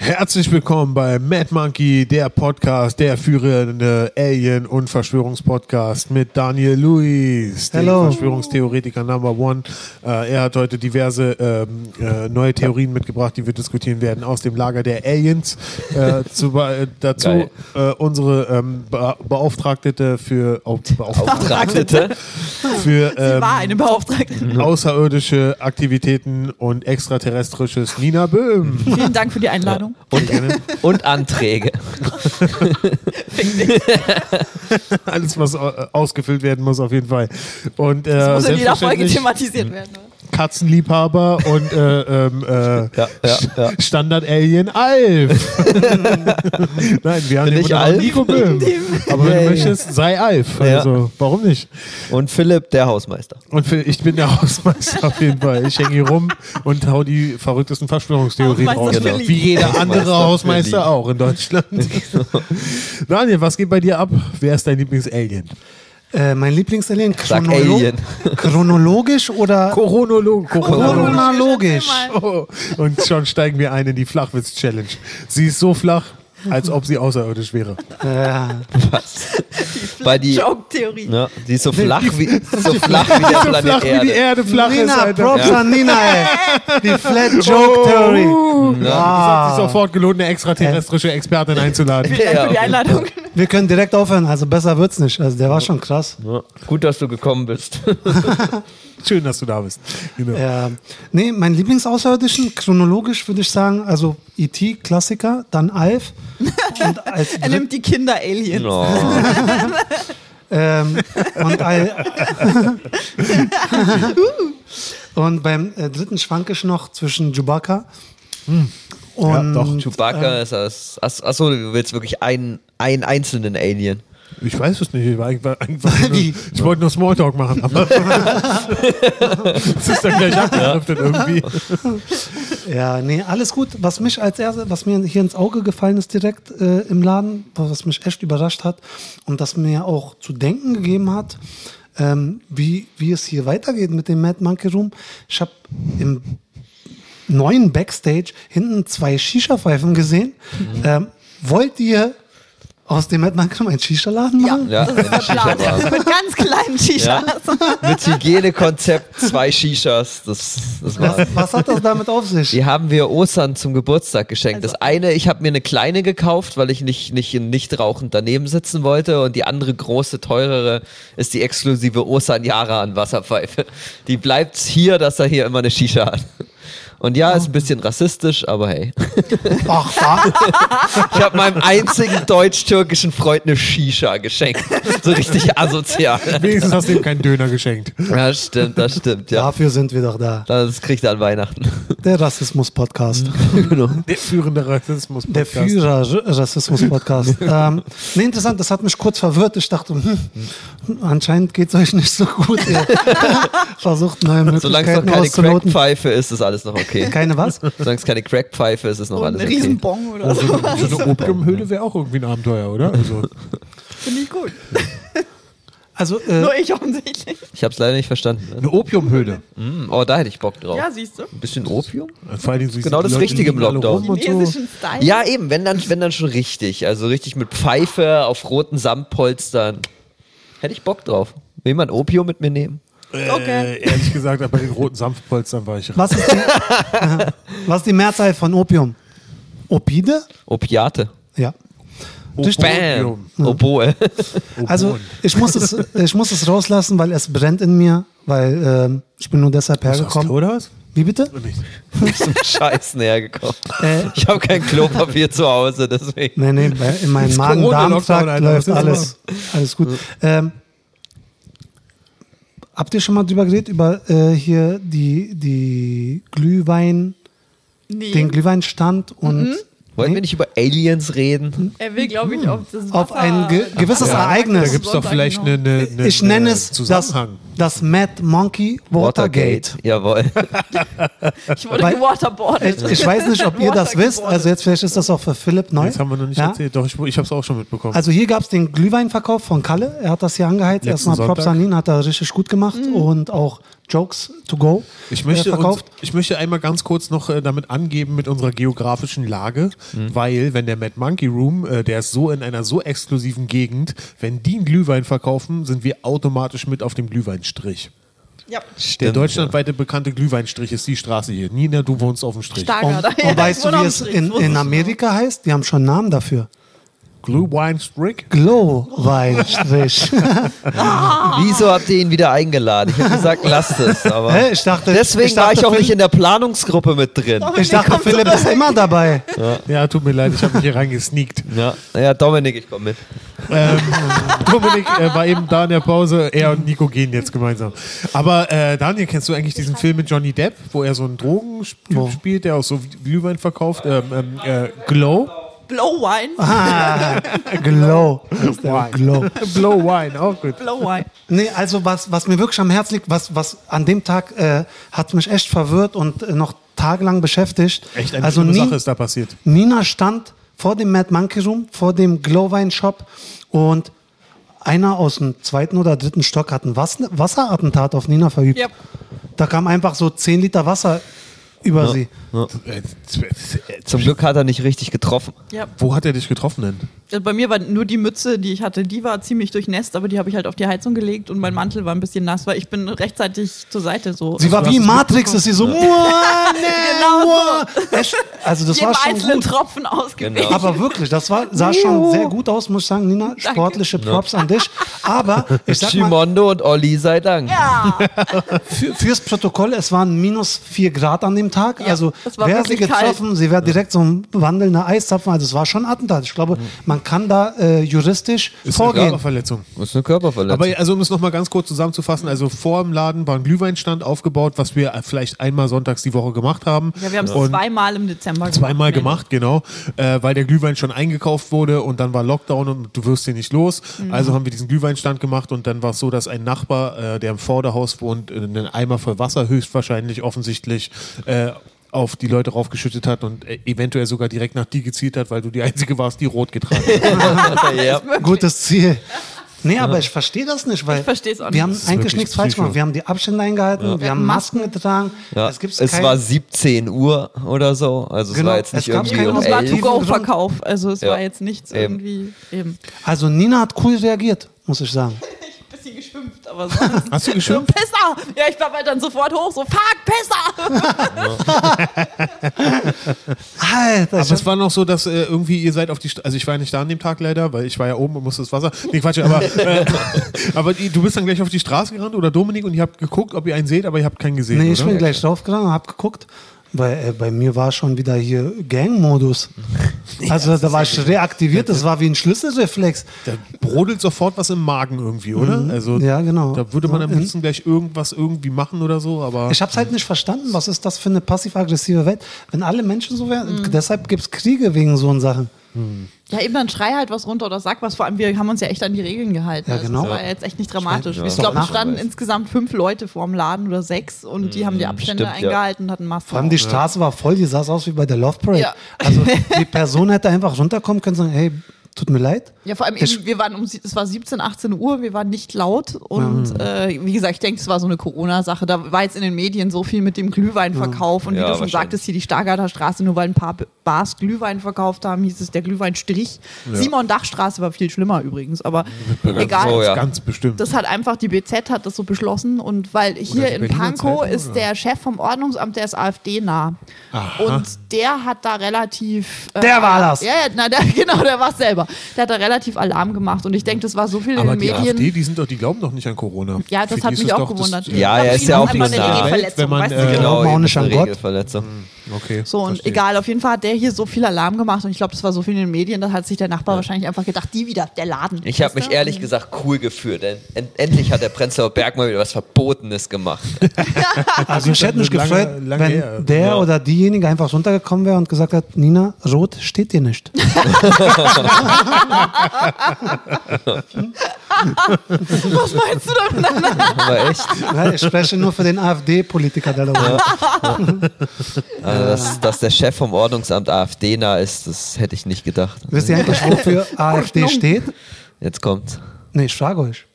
Herzlich willkommen bei Mad Monkey, der Podcast, der führende Alien- und Verschwörungspodcast mit Daniel Lewis, dem Hello. Verschwörungstheoretiker Number One. Äh, er hat heute diverse ähm, äh, neue Theorien mitgebracht, die wir diskutieren werden, aus dem Lager der Aliens. Äh, zu, äh, dazu Geil. äh, unsere ähm, Be Beauftragte für, Au- Beauftragte Beachtete. für ähm, war eine Beauftragte. Mhm. außerirdische Aktivitäten und extraterrestrisches Nina Böhm. Vielen Dank für die Einladung. Und, und Anträge. Alles, was au- äh, ausgefüllt werden muss, auf jeden Fall. Und äh, Muss in jeder Folge selbstverständlich thematisiert werden. oder? Katzenliebhaber und äh, ähm, äh, Ja, ja, ja. Standard-Alien Alf. Nein, wir haben Bin ich den wunderbaren Alf? Nico Böhm. Aber wenn du Yay. möchtest, sei Alf. Ja. Also, warum nicht? Und Philipp, der Hausmeister. Und für, ich bin der Hausmeister auf jeden Fall. Ich hänge hier rum und hau die verrücktesten Verschwörungstheorien raus. Hausmeister für Genau. Lieb. Wie jeder andere Hausmeister Genau. für Hausmeister auch in Deutschland. Daniel, was geht bei dir ab? Wer ist dein Lieblings-Alien? Äh, mein Lieblingsalien, Sag chronolo- Alien. chronologisch oder Koronolog. Koronolog. chronologisch? Oh, und schon steigen wir ein in die Flachwitz-Challenge. Sie ist so flach, als ob sie außerirdisch wäre. Ja. Was? Bei die, Joke-Theorie. ja, die ist so flach wie, so flach wie der so Planet flach wie Erde. die Erde flach ist, Nina, Alter. Props Ja. an Nina, ey. Die Flat Joke Theory. Oh. ne? Es hat sich Ah. sofort gelohnt, eine extraterrestrische Expertin einzuladen. Vielen Dank für die Ja. Einladung. Wir können direkt aufhören, also besser wird's nicht. Also der war schon krass. Ja. Gut, dass du gekommen bist. Schön, dass du da bist. Genau. Ja. Äh, Nee, mein Lieblingsaußerirdischen, chronologisch würde ich sagen, also E.T., Klassiker, dann Alf. Und als Er nimmt die Kinder Aliens. No. Ähm, und, all- und beim äh, dritten schwanke ich noch zwischen Chewbacca und Ja, doch, Chewbacca ist das. ach- Achso, du willst wirklich einen, einen einzelnen Alien. Ich weiß es nicht. Ich, war einfach, einfach nur, Wie? ich wollte nur Smalltalk machen, aber das ist dann gleich abgedriftet irgendwie. ja, nee, alles gut. Was mich als erste, was mir hier ins Auge gefallen ist direkt äh, im Laden, was mich echt überrascht hat und das mir auch zu denken gegeben hat, ähm, wie, wie es hier weitergeht mit dem Mad Monkey Room. Ich habe im neuen Backstage hinten zwei Shisha-Pfeifen gesehen. Ähm, wollt ihr aus dem Mad Monkey Room einen Shisha-Laden machen? Ja, das ist der Plan. Shisha-Bar. Mit ganz kleinen Shishas. Mit Hygienekonzept, zwei Shishas. Das, das war's. Was, was hat das damit auf sich? Die haben wir Ostern zum Geburtstag geschenkt. Das eine, ich habe mir eine kleine gekauft, weil ich nicht, nicht, nicht rauchend daneben sitzen wollte. Und die andere große, teurere ist die exklusive Ostern Jara an Wasserpfeife. Die bleibt hier, dass er hier immer eine Shisha hat. Und ja, ist ein bisschen rassistisch, aber hey. Ach, wa- Ich habe meinem einzigen deutsch-türkischen Freund eine Shisha geschenkt. So richtig asozial. Wenigstens hast du ihm keinen Döner geschenkt. Ja, stimmt, das stimmt, ja. dafür sind wir doch da. Das kriegt er an Weihnachten. Der Rassismus-Podcast. Genau. Der führende Rassismus. Der Führer-Rassismus-Podcast. ähm, nee, interessant, das hat mich kurz verwirrt. Ich dachte, hm, anscheinend geht es euch nicht so gut. Ihr versucht neue Solange es noch Möglichkeiten keine auszuloten. Crackpfeife ist, ist alles noch okay. Keine was? Solange es keine Crackpfeife ist, ist noch Und alles eine okay. Riesenbong oder Also- so. So eine Opiumhöhle wäre auch irgendwie ein Abenteuer, oder? Also, Finde ich gut. Also, äh, Nur ich offensichtlich. Ich habe es leider nicht verstanden. eine Opiumhöhle. Hm, Oh, da hätte ich Bock drauf. Ja, siehst du. Ein bisschen Opium? Vor allen Dingen so Genau die das Leute Richtige im liegen alle Lockdown. rum und So. Chinesischen Style. Ja, eben, wenn dann, wenn dann schon richtig. Also richtig mit Pfeife auf roten Samtpolstern. Hätte ich Bock drauf. Will jemand Opium mit mir nehmen? Okay. Äh, ehrlich gesagt, bei den roten Sanftpolstern war ich. was, ist die, äh, was ist die Mehrzahl von Opium? Opide? Opiate. Ja. Bam. Oh, Opium. Oboe. Also, ich muss, es, ich muss es rauslassen, weil es brennt in mir, weil ähm, ich bin nur deshalb Komm. hergekommen. Oder was? Wie bitte? Nicht. Zum Scheiß näher gekommen. Äh, Ich habe kein Klopapier zu Hause, deswegen. Nee, nee, bei- in meinem Ist Corona-Lockdown, Magen-Darm-Trakt Alter, was läuft willst du alles, alles gut. Ähm, habt ihr schon mal drüber geredet, über äh, hier die, die Glühwein, Nee. den Glühweinstand und Wollen wir nicht über Aliens reden? Er will, glaube ich, auf das auf Wasser- ein ge gewisses Da Ereignis. gibt es doch vielleicht eine, eine, eine Ich nenne es das, Zusammenhang. das Mad Monkey Watergate. Jawohl. Ich wurde Weil- gewaterboardet. Ich weiß nicht, ob ihr das wisst, also jetzt vielleicht ist das auch für Philipp neu. Das haben wir noch nicht Ja? erzählt. Doch, ich, ich habe es auch schon mitbekommen. Also hier gab es den Glühweinverkauf von Kalle. Er hat das hier angeheizt. Letzten Erstmal Props Sonntag. an ihn, hat er richtig gut gemacht. Und auch Jokes to go Ich möchte, äh, uns, verkauft. ich möchte einmal ganz kurz noch äh, damit angeben mit unserer geografischen Lage, Mhm. weil wenn der Mad Monkey Room, äh, der ist so in einer so exklusiven Gegend, wenn die einen Glühwein verkaufen, sind wir automatisch mit auf dem Glühweinstrich. Ja. Der Ähm, Stimmt, deutschlandweite bekannte Glühweinstrich ist die Straße hier. Nina, du wohnst auf dem Strich. Starker. ne? und, Ja, und weißt du, wie es in, Wohnungsstrich, in Amerika heißt? Die haben schon einen Namen dafür. Glühweinstrich? Glowweinstrich. Wieso habt ihr ihn wieder eingeladen? Ich habe gesagt, lasst es. Aber Hä, ich dachte- Deswegen ich dachte, war ich auch Phil- nicht in der Planungsgruppe mit drin. Ich dachte, Philipp ist immer dabei. Ja, tut mir leid, ich habe mich hier reingesneakt. Ja, ja Dominik, ich komme mit. ähm, Dominik äh, war eben da in der Pause. Er und Nico gehen jetzt gemeinsam. Aber äh, Daniel, kennst du eigentlich diesen Film mit Johnny Depp, wo er so einen Drogentyp Wo? spielt, der auch so Glühwein verkauft? Ähm, ähm, äh, Glow? Blow Wine. Ah, Glow. Glow. Blow Wine, auch gut. Blow Wine. Nee, also was, was mir wirklich am Herz liegt, was, was an dem Tag äh, hat mich echt verwirrt und äh, noch tagelang beschäftigt. Echt eine also schlimme Ni- Sache ist da passiert. Nina stand vor dem Mad Monkey Room, vor dem Glowwine Shop und einer aus dem zweiten oder dritten Stock hat ein Was Wasserattentat auf Nina verübt. Yep. Da kam einfach so 10 Liter Wasser über sie. Äh, Zum Glück hat er nicht richtig getroffen. Ja. Wo hat er dich getroffen denn? Also bei mir war nur die Mütze, die ich hatte, die war ziemlich durchnässt, aber die habe ich halt auf die Heizung gelegt und mein Mantel war ein bisschen nass, weil ich bin rechtzeitig zur Seite so. Sie war Also du hast wie in es Matrix, ist sie so. "Mua, nee, Genau mua." Echt, Also das jedem war schon einzelnen gut. Tropfen ausgewählt. Genau. Aber wirklich, das war, sah schon sehr gut aus, muss ich sagen, Nina. Sportliche Props an dich. Aber ich sag mal, Shimondo und Olli sei Dank. für, fürs Protokoll, es waren minus 4 Grad an dem Tag. also das war wäre sie wirklich getroffen, sie wäre direkt so ein wandelnder Eiszapfen. Also es war schon ein Attentat. Ich glaube, man kann da äh, juristisch Eine vorgehen. Körperverletzung. Das ist eine Körperverletzung. Aber also um es nochmal ganz kurz zusammenzufassen, also vor dem Laden war ein Glühweinstand aufgebaut, was wir äh, vielleicht einmal sonntags die Woche gemacht haben. Ja, wir haben es Und- zweimal im Dezember gemacht. Zweimal gemacht, genau, äh, weil der Glühwein schon eingekauft wurde und dann war Lockdown und du wirst hier nicht los. Mhm. Also haben wir diesen Glühweinstand gemacht und dann war es so, dass ein Nachbar, äh, der im Vorderhaus wohnt, äh, einen Eimer voll Wasser höchstwahrscheinlich offensichtlich äh, auf die Leute raufgeschüttet hat und äh, eventuell sogar direkt nach dir gezielt hat, weil du die Einzige warst, die rot getragen hat. ja. Gutes Ziel. Nee, aber ich verstehe das nicht, weil versteh's auch wir nicht. haben Das ist eigentlich wirklich nichts falsch psycho. gemacht. Wir haben die Abstände eingehalten, wir haben Masken getragen. Ja. Es, gibt's es kein- war 17 Uhr oder so. Also Genau, es war jetzt es nicht gab irgendwie keine Und um es war 11. Alternativen Grund. To-Go-Verkauf, also es Ja. war jetzt nichts Eben. irgendwie eben. Also Nina hat cool reagiert, muss ich sagen. Bisschen geschimpft, aber so. Hast du geschimpft? Pisser! Ja, ich war halt dann sofort hoch, so fuck, Pisser! Alter, ich Aber es war noch so, dass äh, irgendwie ihr seid auf die, St also ich war ja nicht da an dem Tag leider, weil ich war ja oben und musste das Wasser. Nee, Quatsch, aber, äh, aber die- du bist dann gleich auf die Straße gerannt oder Dominik und ihr habt geguckt, ob ihr einen seht, aber ihr habt keinen gesehen. Nee, oder? ich bin gleich draufgegangen und hab geguckt, weil äh, bei mir war schon wieder hier Gang-Modus. Also da war ich reaktiviert, das war wie ein Schlüsselreflex. Da brodelt sofort was im Magen irgendwie, oder? Also Ja, genau. da würde man am Ja, in- liebsten gleich irgendwas irgendwie machen oder so, aber Ich hab's halt nicht verstanden, was ist das für eine passiv-aggressive Welt, wenn alle Menschen so wären. Deshalb gibt's Kriege wegen so einen Sachen. Ja, eben dann schrei halt was runter oder sag was. Vor allem, wir haben uns ja echt an die Regeln gehalten. Ja, genau. Also, das war ja jetzt echt nicht dramatisch. Ja. Ich Ist doch glaube, es Nachweis. standen insgesamt fünf Leute vorm Laden oder sechs und die haben die Abstände stimmt, ja. eingehalten und hatten Masken. Vor allem die Straße war voll, die sah aus wie bei der Love Parade. Ja. Also die Person hätte einfach runterkommen können und sagen, hey, tut mir leid. Ja, vor allem, Ich- eben, wir waren um, sie- es war 17, 18 Uhr, wir waren nicht laut und äh, wie gesagt, ich denke, es war so eine Corona-Sache. Da war jetzt in den Medien so viel mit dem Glühweinverkauf und wie Ja, du schon wahrscheinlich. sagtest, hier die Stargarder Straße, nur weil ein paar B- Bars Glühwein verkauft haben, hieß es der Glühweinstrich. Simon Dachstraße war viel schlimmer übrigens, aber egal. Oh, ja. ganz bestimmt. Das hat einfach die BZ hat das so beschlossen und weil hier die in Berliner Pankow Zeitung, ist oder? der Chef vom Ordnungsamt, der ist AfD nah Aha. und der hat da relativ äh, Der war das. Ja, ja na, der, genau, der war selber. Der hat da relativ Alarm gemacht und ich denke, das war so viel aber in die den Medien. AfD, die sind doch, die glauben doch nicht an Corona. Ja, das Für die hat ist mich es auch doch das- gewundert. Ja, Ich er glaub, ist die ja haben auch einfach nicht nah. eine Verletzung, Wenn man, weißt du, äh, genau. Genau, Glauben auch eben, nicht das ist an eine Gott. Hm. Regelverletzung. Okay. So, und verstehe. egal, auf jeden Fall hat der hier so viel Alarm gemacht und ich glaube, das war so viel in den Medien, da hat sich der Nachbar wahrscheinlich einfach gedacht, die wieder, der Laden. Ich habe Weißt mich du? ehrlich gesagt cool gefühlt. Denn en- endlich hat der Prenzlauer Berg mal wieder was Verbotenes gemacht. Also ich hätte mich lange- gefreut, lange wenn her. der oder diejenige einfach runtergekommen wäre und gesagt hat, Nina, rot steht dir nicht. Was meinst du damit? Aber echt. Nein, ich spreche nur für den AfD-Politiker darüber. Also, dass, dass der Chef vom Ordnungsamt AfD nah ist, das hätte ich nicht gedacht. Wisst ihr eigentlich, wofür AfD steht? Jetzt kommt Nee, ich frage euch.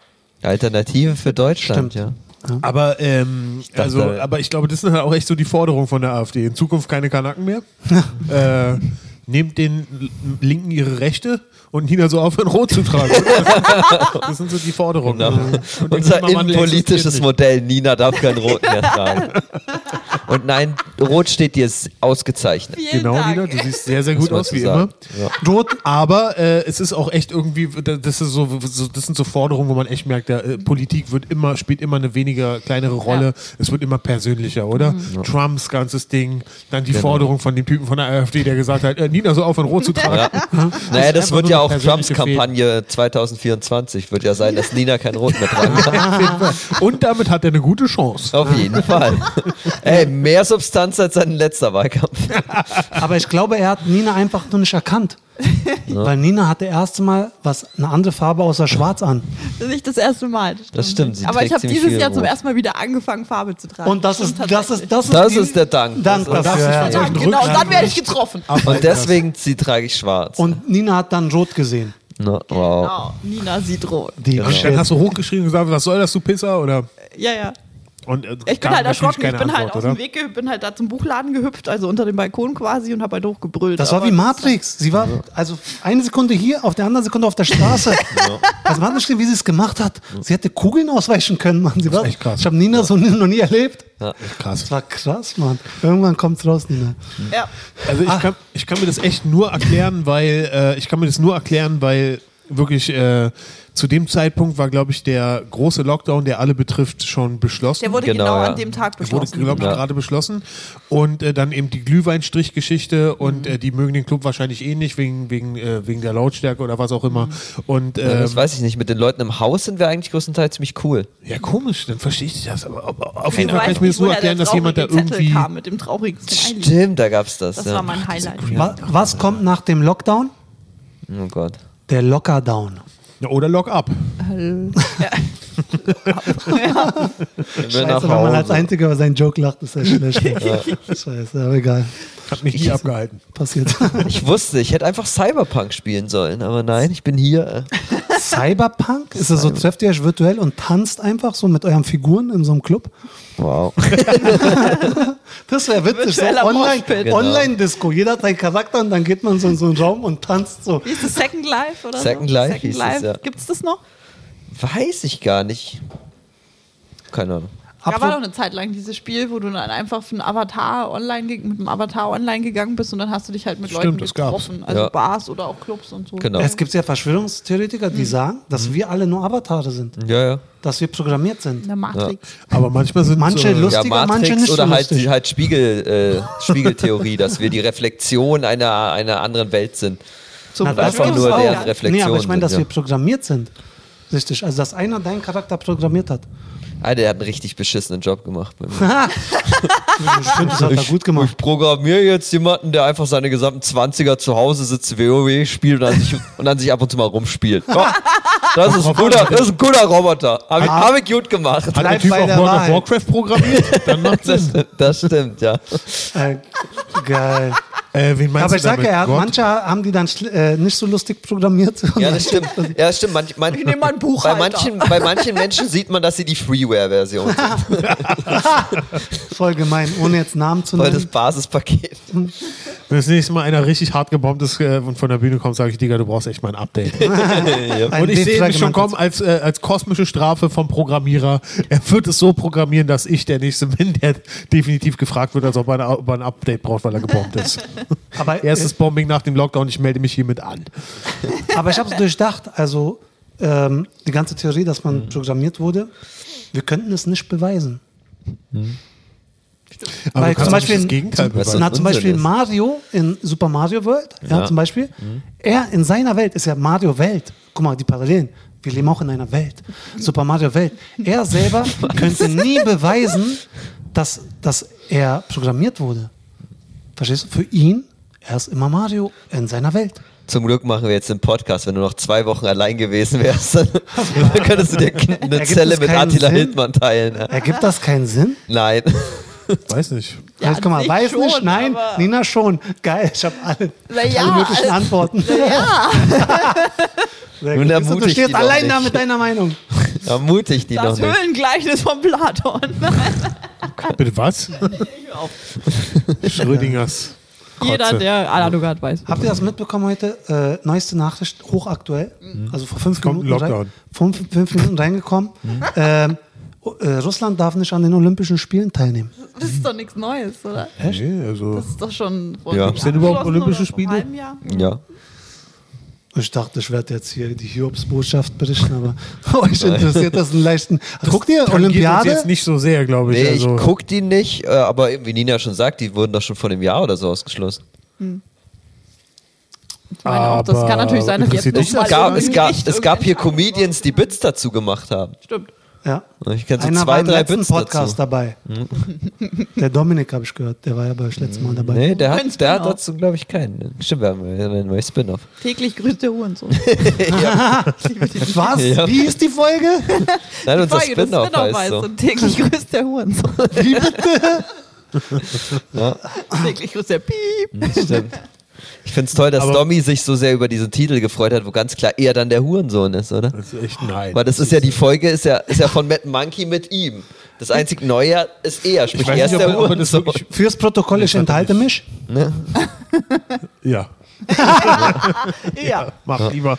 Alternative für Deutschland, Stimmt. ja. Aber, ähm, dachte- also, aber ich glaube, das sind halt auch echt so die Forderungen von der AfD. In Zukunft keine Kanaken mehr. äh, nehmt den L- Linken ihre Rechte und Nina so auf, in Rot zu tragen. das sind so die Forderungen. Genau. Und der Unser Klimawandel innenpolitisches existiert Modell, Nina darf keinen Rot mehr tragen. Und nein, Rot steht dir s- ausgezeichnet. nicht. Vielen Genau, Dank. Nina, du siehst sehr, sehr gut war aus, zu wie immer. sagen. Ja. Rot, aber äh, es ist auch echt irgendwie, das, ist so, so, das sind so Forderungen, wo man echt merkt, der, äh, Politik wird immer, spielt immer eine weniger kleinere Rolle. Es wird immer persönlicher, oder? Mhm. Trumps ganzes Ding, dann die Genau. Forderung von dem Typen von der AfD, der gesagt hat, äh, Nina so auf in Rot zu tragen. Ja. Naja, ist das einfach wird nur ja eine auch Trumps persönliche Fehde. Kampagne 2024, wird ja sein, dass Nina kein Rot mehr tragen darf. Und damit hat er eine gute Chance. Auf jeden Fall. Ey, mehr Substanz als sein letzter Wahlkampf. Aber ich glaube, er hat Nina einfach nur nicht erkannt. Weil Nina hatte erste Mal was eine andere Farbe außer Schwarz an. Das ist nicht das erste Mal. Das stimmt, sie Aber trägt ich habe ziemlich dieses viel Jahr zum Rot. ersten Mal wieder angefangen, Farbe zu tragen. Und das ist das ist das ist, Das die- ist der Dank. Dank Das ist- dafür. Ja, ist- ja. ja, solchen genau, Rückschlag dann werde ich getroffen. Und deswegen sie trage ich schwarz. Und Nina hat dann rot gesehen. Ne? wow. Genau, Nina sieht rot. Die Und dann hast du hochgeschrieben und gesagt, was soll das, du Pisser? Oder, Ja, ja. und, äh, Ich bin kam natürlich halt erschrocken. Ich keine bin halt Antwort, aus oder? dem Weg, ge- bin halt da zum Buchladen gehüpft, also unter dem Balkon quasi und habe halt hochgebrüllt. Das war Aber wie Matrix. Sie war also eine Sekunde hier, auf der anderen Sekunde auf der Straße. Also man hat nicht gesehen, wie sie es gemacht hat. Sie hätte Kugeln ausweichen können, Mann. Sie war, echt krass. Ich habe Nina so nie- noch nie erlebt. Krass. Das war krass, Mann. Irgendwann kommt's raus, Nina. Ja. Also ich kann, ich kann mir das echt nur erklären, weil äh, ich kann mir das nur erklären, weil wirklich äh, zu dem Zeitpunkt war, glaube ich, der große Lockdown, der alle betrifft, schon beschlossen. Der wurde Genau, genau, ja. an dem Tag Wurde, genau- beschlossen. glaube ich, Ja. gerade beschlossen. Und äh, dann eben die Glühweinstrichgeschichte und Mhm. äh, die mögen den Club wahrscheinlich eh nicht, wegen, wegen, äh, wegen der Lautstärke oder was auch Mhm. immer. Und Ja, ähm, das weiß ich nicht. Mit den Leuten im Haus sind wir eigentlich größtenteils ziemlich cool. ja, komisch, dann verstehe ich das. Aber, aber auf jeden Du Fall kann weißt ich mir nicht, das nur woher der erklären, dass jemand da traurige Zettel irgendwie. kam mit dem traurigsten Einlied. Stimmt, da gab's das. Das ja. war mein Highlight. Wa was kommt nach dem Lockdown? oh Gott. Der Lockerdown. Ja, Oder Lock Up. Wir Scheiße, nach wenn man Hause. als Einziger über seinen Joke lacht, ist das schlecht. Scheiße, aber egal. Hat mich nie abgehalten. Passiert. Ich wusste, ich hätte einfach Cyberpunk spielen sollen, aber nein, ich bin hier. äh. Cyberpunk? Ist das so, trefft ihr euch virtuell und tanzt einfach so mit euren Figuren in so einem Club? Wow. Das wäre witzig, so Virtueller online- Moshpit. Genau. Online-Disco. Online -Disco. Jeder hat seinen Charakter und dann geht man so in so einen Raum und tanzt so. Wie ist das Second Life oder Second so? Life hieß es, ja. Gibt's das noch? Weiß ich gar nicht. Keine Ahnung. Da war doch Apro- eine Zeit lang dieses Spiel, wo du dann einfach für einen Avatar online ge- mit einem Avatar online gegangen bist und dann hast du dich halt mit Stimmt, Leuten das gab's. getroffen, also Ja. Bars oder auch Clubs und so. Genau. Es gibt ja Verschwörungstheoretiker, die Mhm. sagen, dass wir alle nur Avatare sind, Ja, ja. dass wir programmiert In sind. der Matrix. Aber manchmal sind äh, Manche so, Lust- Ja, Lustiger, manche Matrix nicht so oder halt, lustig. halt Spiegel, äh, Spiegeltheorie, dass wir die Reflexion einer, einer anderen Welt sind. Zum Na, das Beispiel. war nur gibt's der auch. Reflexion Nee, aber ich meine, sind, dass ja. wir programmiert sind. Richtig, also dass einer deinen Charakter programmiert hat. Ah, der hat einen richtig beschissenen Job gemacht. Bei mir. Ich finde, das hat er gut Ich gemacht. programmiere jetzt jemanden, der einfach seine gesamten 20er zu Hause sitzt, WoW spielt und dann sich, und dann sich ab und zu mal rumspielt. Ja, das, ist ein guter, das ist ein guter Roboter. Habe ich, Ah. hab ich gut gemacht. hat der Bleib Typ bei auch der World of Wahrheit. Warcraft programmiert? Dann ne? macht Sinn. Das, das stimmt, ja. Äh, geil. Äh, wen meinst Aber ich du sage damit? ja, er hat- Gott? manche haben die dann schl- äh, nicht so lustig programmiert. Ja, das stimmt. Ja, das stimmt. Manch, man, Ich nehme mal ein Buch, bei, Alter. manchen, bei manchen Menschen sieht man, dass sie die Freeware-Version sind, Voll gemein, ohne jetzt Namen zu weil das nennen. Basispaket. Wenn das nächste Mal einer richtig hart gebombt ist äh, und von der Bühne kommt, sage ich, Digga, du brauchst echt mal ein Update. Ein und ich sehe mich schon defragmentiert- kommen als, äh, als kosmische Strafe vom Programmierer. Er wird es so programmieren, dass ich der Nächste bin, der definitiv gefragt wird, als ob er, ein- ob er ein Update braucht, weil er gebombt ist. Aber, äh, Erstes Bombing nach dem Lockdown, ich melde mich hiermit an. Aber ich habe es durchdacht. Also ähm, die ganze Theorie, dass Mhm. man programmiert wurde, wir könnten es nicht beweisen. Aber Weil du kannst doch zum nicht Beispiel- das Gegenteil zum- beweisen. Na, zum Unsinn Beispiel ist. Mario in Super Mario World, ja, Ja. Mhm. zum Beispiel. Er in seiner Welt ist ja Mario Welt. Guck mal, die Parallelen. Wir leben auch in einer Welt. Super Mario Welt. Er selber könnte nie beweisen, dass, dass er programmiert wurde. Verstehst du? Für ihn, er ist immer Mario in seiner Welt. Zum Glück machen wir jetzt den Podcast. Wenn du noch zwei Wochen allein gewesen wärst, dann, dann könntest du dir eine es Zelle mit keinen Attila Sinn? Hildmann teilen. ja. Ergibt das keinen Sinn? Nein. Weiß nicht. Ja, Jetzt, guck mal, an sich weiß schon, nicht, nein, aber- Nina schon. Geil, ich habe alle, Na ich hab ja, alle möglichen also- Antworten. Ja, Sehr Nun gut. Siehst du, ermutigt du die stehst doch allein da nicht. mit deiner Meinung. Ja, mutig die Das noch nicht. Höhlengleichnis von Platon. Bitte was? Schrödingers. Jeder, Kotze. der Aladug hat, weiß. Habt ihr das mitbekommen heute? Äh, neueste Nachricht, hochaktuell. Also vor fünf Mhm. kommt ein Minuten. Lockdown. Mhm. Rein, fünf, fünf Minuten reingekommen. Ähm, o- äh, Russland darf nicht an den Olympischen Spielen teilnehmen. Das ist doch nichts Neues, oder? Nee, also. Das ist doch schon vor Ja. einem Gibt's denn überhaupt abgeschlossen Olympische oder vor einem Spiele? halben Jahr. Ja. Ich dachte, ich werde jetzt hier die Hiobsbotschaft berichten, aber euch interessiert das einen leichten. Also Guckt ihr Tangiert Uns Olympiade? jetzt nicht so sehr, glaube ich. Nee, ich also, guck die nicht, äh, aber eben, wie Nina schon sagt, die wurden doch schon vor einem Jahr oder so ausgeschlossen. Ich meine auch, das Aber kann natürlich sein, dass jetzt interessiert noch dich das Es mal gab, es irgendwie gab, Also nicht es gab hier irgendein- Comedians, die Bits dazu gemacht haben. Stimmt. Ja. Ich kenn so Einer zwei, war im drei letzten Bits Podcast dazu. Mhm. dabei. Der Dominik habe ich gehört, der war ja bei euch letztes Mal dabei. Nee, der Ein hat, der hat Spin-off. dazu, glaube ich, keinen. Stimmt, wir haben einen neuen Spin-off. Täglich grüßt der Hurensohn. Was? Ja. Wie ist die Folge? Nein, Also unser Folge des Spin-off Spin-off heißt heißt so. und täglich grüßt der Hurensohn. Wie bitte? täglich grüßt der Mhm. Piep. Stimmt. Ich finde es toll, dass Aber- Domi sich so sehr über diesen Titel gefreut hat, wo ganz klar er dann der Hurensohn ist, oder? Das ist echt nein. Weil das ist ja die Folge, ist ja, ist ja von Mad Monkey mit ihm. Das einzig Neue ist er, ich sprich er weiß ist nicht, der ob, ob das Hurensohn. wirklich. Fürs Protokoll, ich enthalte mich. Ja, Ja. mach lieber.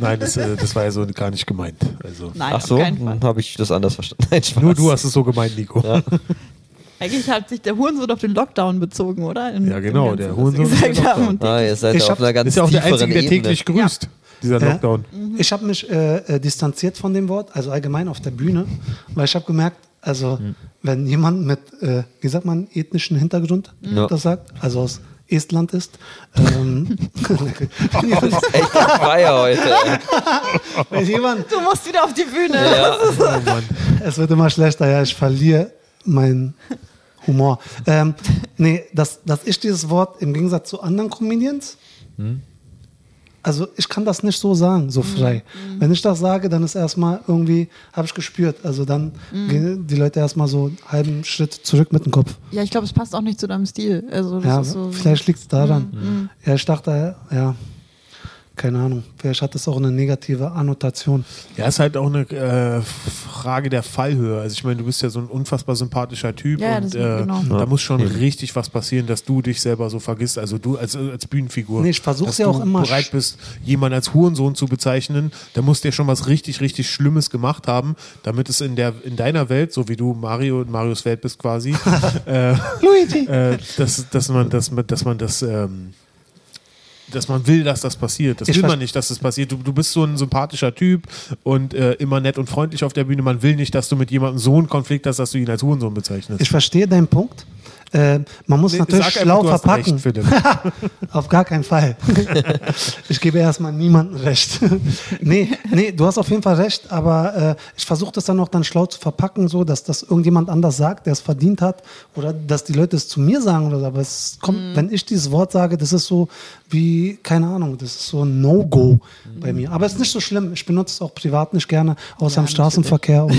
Nein, das, äh, das war ja so gar nicht gemeint. Also. Nein, Ach so, auf keinen Fall. habe ich das anders verstanden. Nein, Spaß. Nur du hast es so gemeint, Nico. Ja, Mhm. Eigentlich hat sich der Hurensohn auf den Lockdown bezogen, oder? In- Ja, genau, im Ganzen, der was Hurensohn wir ist der gesagt haben. Und Ah, ihr seid Ich ja hab- auf einer ganz ist ja auch der tieferen Einzige, der Ebene. täglich grüßt, dieser Ja. Lockdown. Mhm. Ich habe mich äh, äh, distanziert von dem Wort, also allgemein auf der Bühne, weil ich habe gemerkt, also wenn jemand mit, äh, wie sagt man, ethnischen Hintergrund Ja. das sagt, also aus Estland ist, ähm, Echt Feier heute. wenn jemand, Du musst wieder auf die Bühne. Ja. es wird immer schlechter, ja, ich verliere meinen Humor. Ähm, nee, dass, dass ich dieses Wort im Gegensatz zu anderen Comedians, Hm? also ich kann das nicht so sagen, so frei. Wenn ich das sage, dann ist erstmal irgendwie, habe ich gespürt, also dann Hm. gehen die Leute erstmal so einen halben Schritt zurück mit dem Kopf. Ja, ich glaube, es passt auch nicht zu deinem Stil. Also, das Ja, ist so Hm, vielleicht liegt es daran. Ja, ich dachte, ja, keine Ahnung, vielleicht hat das auch eine negative Annotation. Ja, ist halt auch eine äh, Frage der Fallhöhe. Also ich meine, du bist ja so ein unfassbar sympathischer Typ Ja, und das- äh, genau. da muss schon richtig was passieren, dass du dich selber so vergisst. Also du als, als Bühnenfigur. Nee, ich versuch's Dass ja auch du immer. bereit bist, jemanden als Hurensohn zu bezeichnen, da muss der schon was richtig, richtig Schlimmes gemacht haben, damit es in der in deiner Welt, so wie du Mario in Marios Welt bist quasi, äh, Luigi! äh, dass, dass man dass man dass man das ähm, dass man will, dass das passiert. Das Ich will man verste- nicht, dass das passiert. Du, du bist so ein sympathischer Typ und äh, immer nett und freundlich auf der Bühne. Man will nicht, dass du mit jemandem so einen Konflikt hast, dass du ihn als Hurensohn bezeichnest. Ich verstehe deinen Punkt. Äh, man muss Nee, natürlich sag einfach, schlau du hast verpacken. recht, Philipp. auf gar keinen Fall. ich gebe erstmal niemandem recht. nee, nee, du hast auf jeden Fall recht, aber äh, ich versuche das dann auch dann schlau zu verpacken, so dass das irgendjemand anders sagt, der es verdient hat oder dass die Leute es zu mir sagen oder so. Aber es kommt, wenn ich dieses Wort sage, das ist so wie, keine Ahnung, das ist so ein No-Go bei mir. Aber es ist nicht so schlimm. Ich benutze es auch privat nicht gerne, außer im Straßenverkehr. Und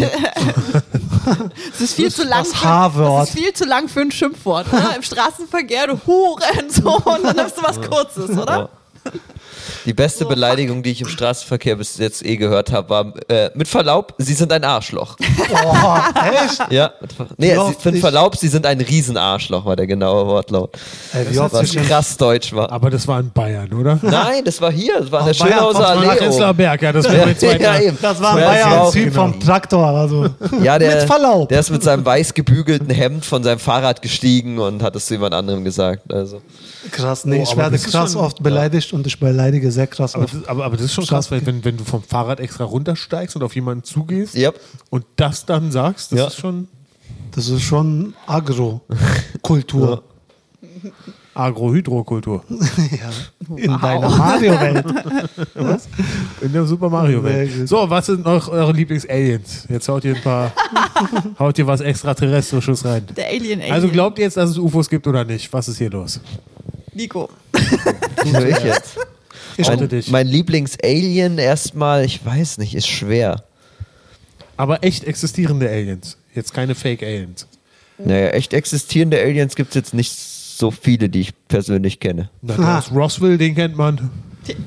Es ist viel zu lang. das für- H-Wort. Es ist viel zu lang für ein Schimpfwort. Ne? Im Straßenverkehr, du Hurensohn, dann nimmst du was Kurzes, oder? Die beste Beleidigung, die ich im Straßenverkehr bis jetzt eh gehört habe, war äh, mit Verlaub, Sie sind ein Arschloch. oh, echt? Ja, mit Ver nee, Glaub sie, mit ich. Verlaub, Sie sind ein Riesenarschloch, war der genaue Wortlaut. Ey, wie oft Was ich krass deutsch war. Aber das war in Bayern, oder? Nein, das war hier, das war in der Auf Bayern Schönhauser kommt man Allee. nach Prenzlauer oben. Berg, ja, das war mein Ja, zweiter. ja, eben. das war ein Ja, das Bayern auch- genau. Typ vom Traktor. Also. Ja, der, Mit Verlaub. Der ist mit seinem weiß gebügelten Hemd von seinem Fahrrad gestiegen und hat es zu jemand anderem gesagt. Also. Krass, nee, Oh, ich aber werde das ist krass schon- oft beleidigt und ich beleidige sehr krass Aber oft. das, aber, aber das ist schon krass, weil wenn, wenn du vom Fahrrad extra runtersteigst und auf jemanden zugehst Yep. und das dann sagst, das Ja. ist schon Das ist schon Agro-Kultur Agrohydrokultur ja. in deiner Mario-Welt. in der Super Mario Sehr gut. Welt. So, was sind noch eure Lieblings-Aliens? Jetzt haut ihr ein paar, haut ihr was Extraterrestrisches rein. Der Alien Alien. Also glaubt ihr jetzt, dass es UFOs gibt oder nicht? Was ist hier los? Nico. Höre ich jetzt. Ich, Rette Mein, dich. mein Lieblings-Alien erstmal, ich weiß nicht, ist schwer. Aber echt existierende Aliens. Jetzt keine Fake-Aliens. Naja, echt existierende Aliens gibt es jetzt nicht so viele, die ich persönlich kenne. Na, der Ah. aus Roswell, den kennt man. Den-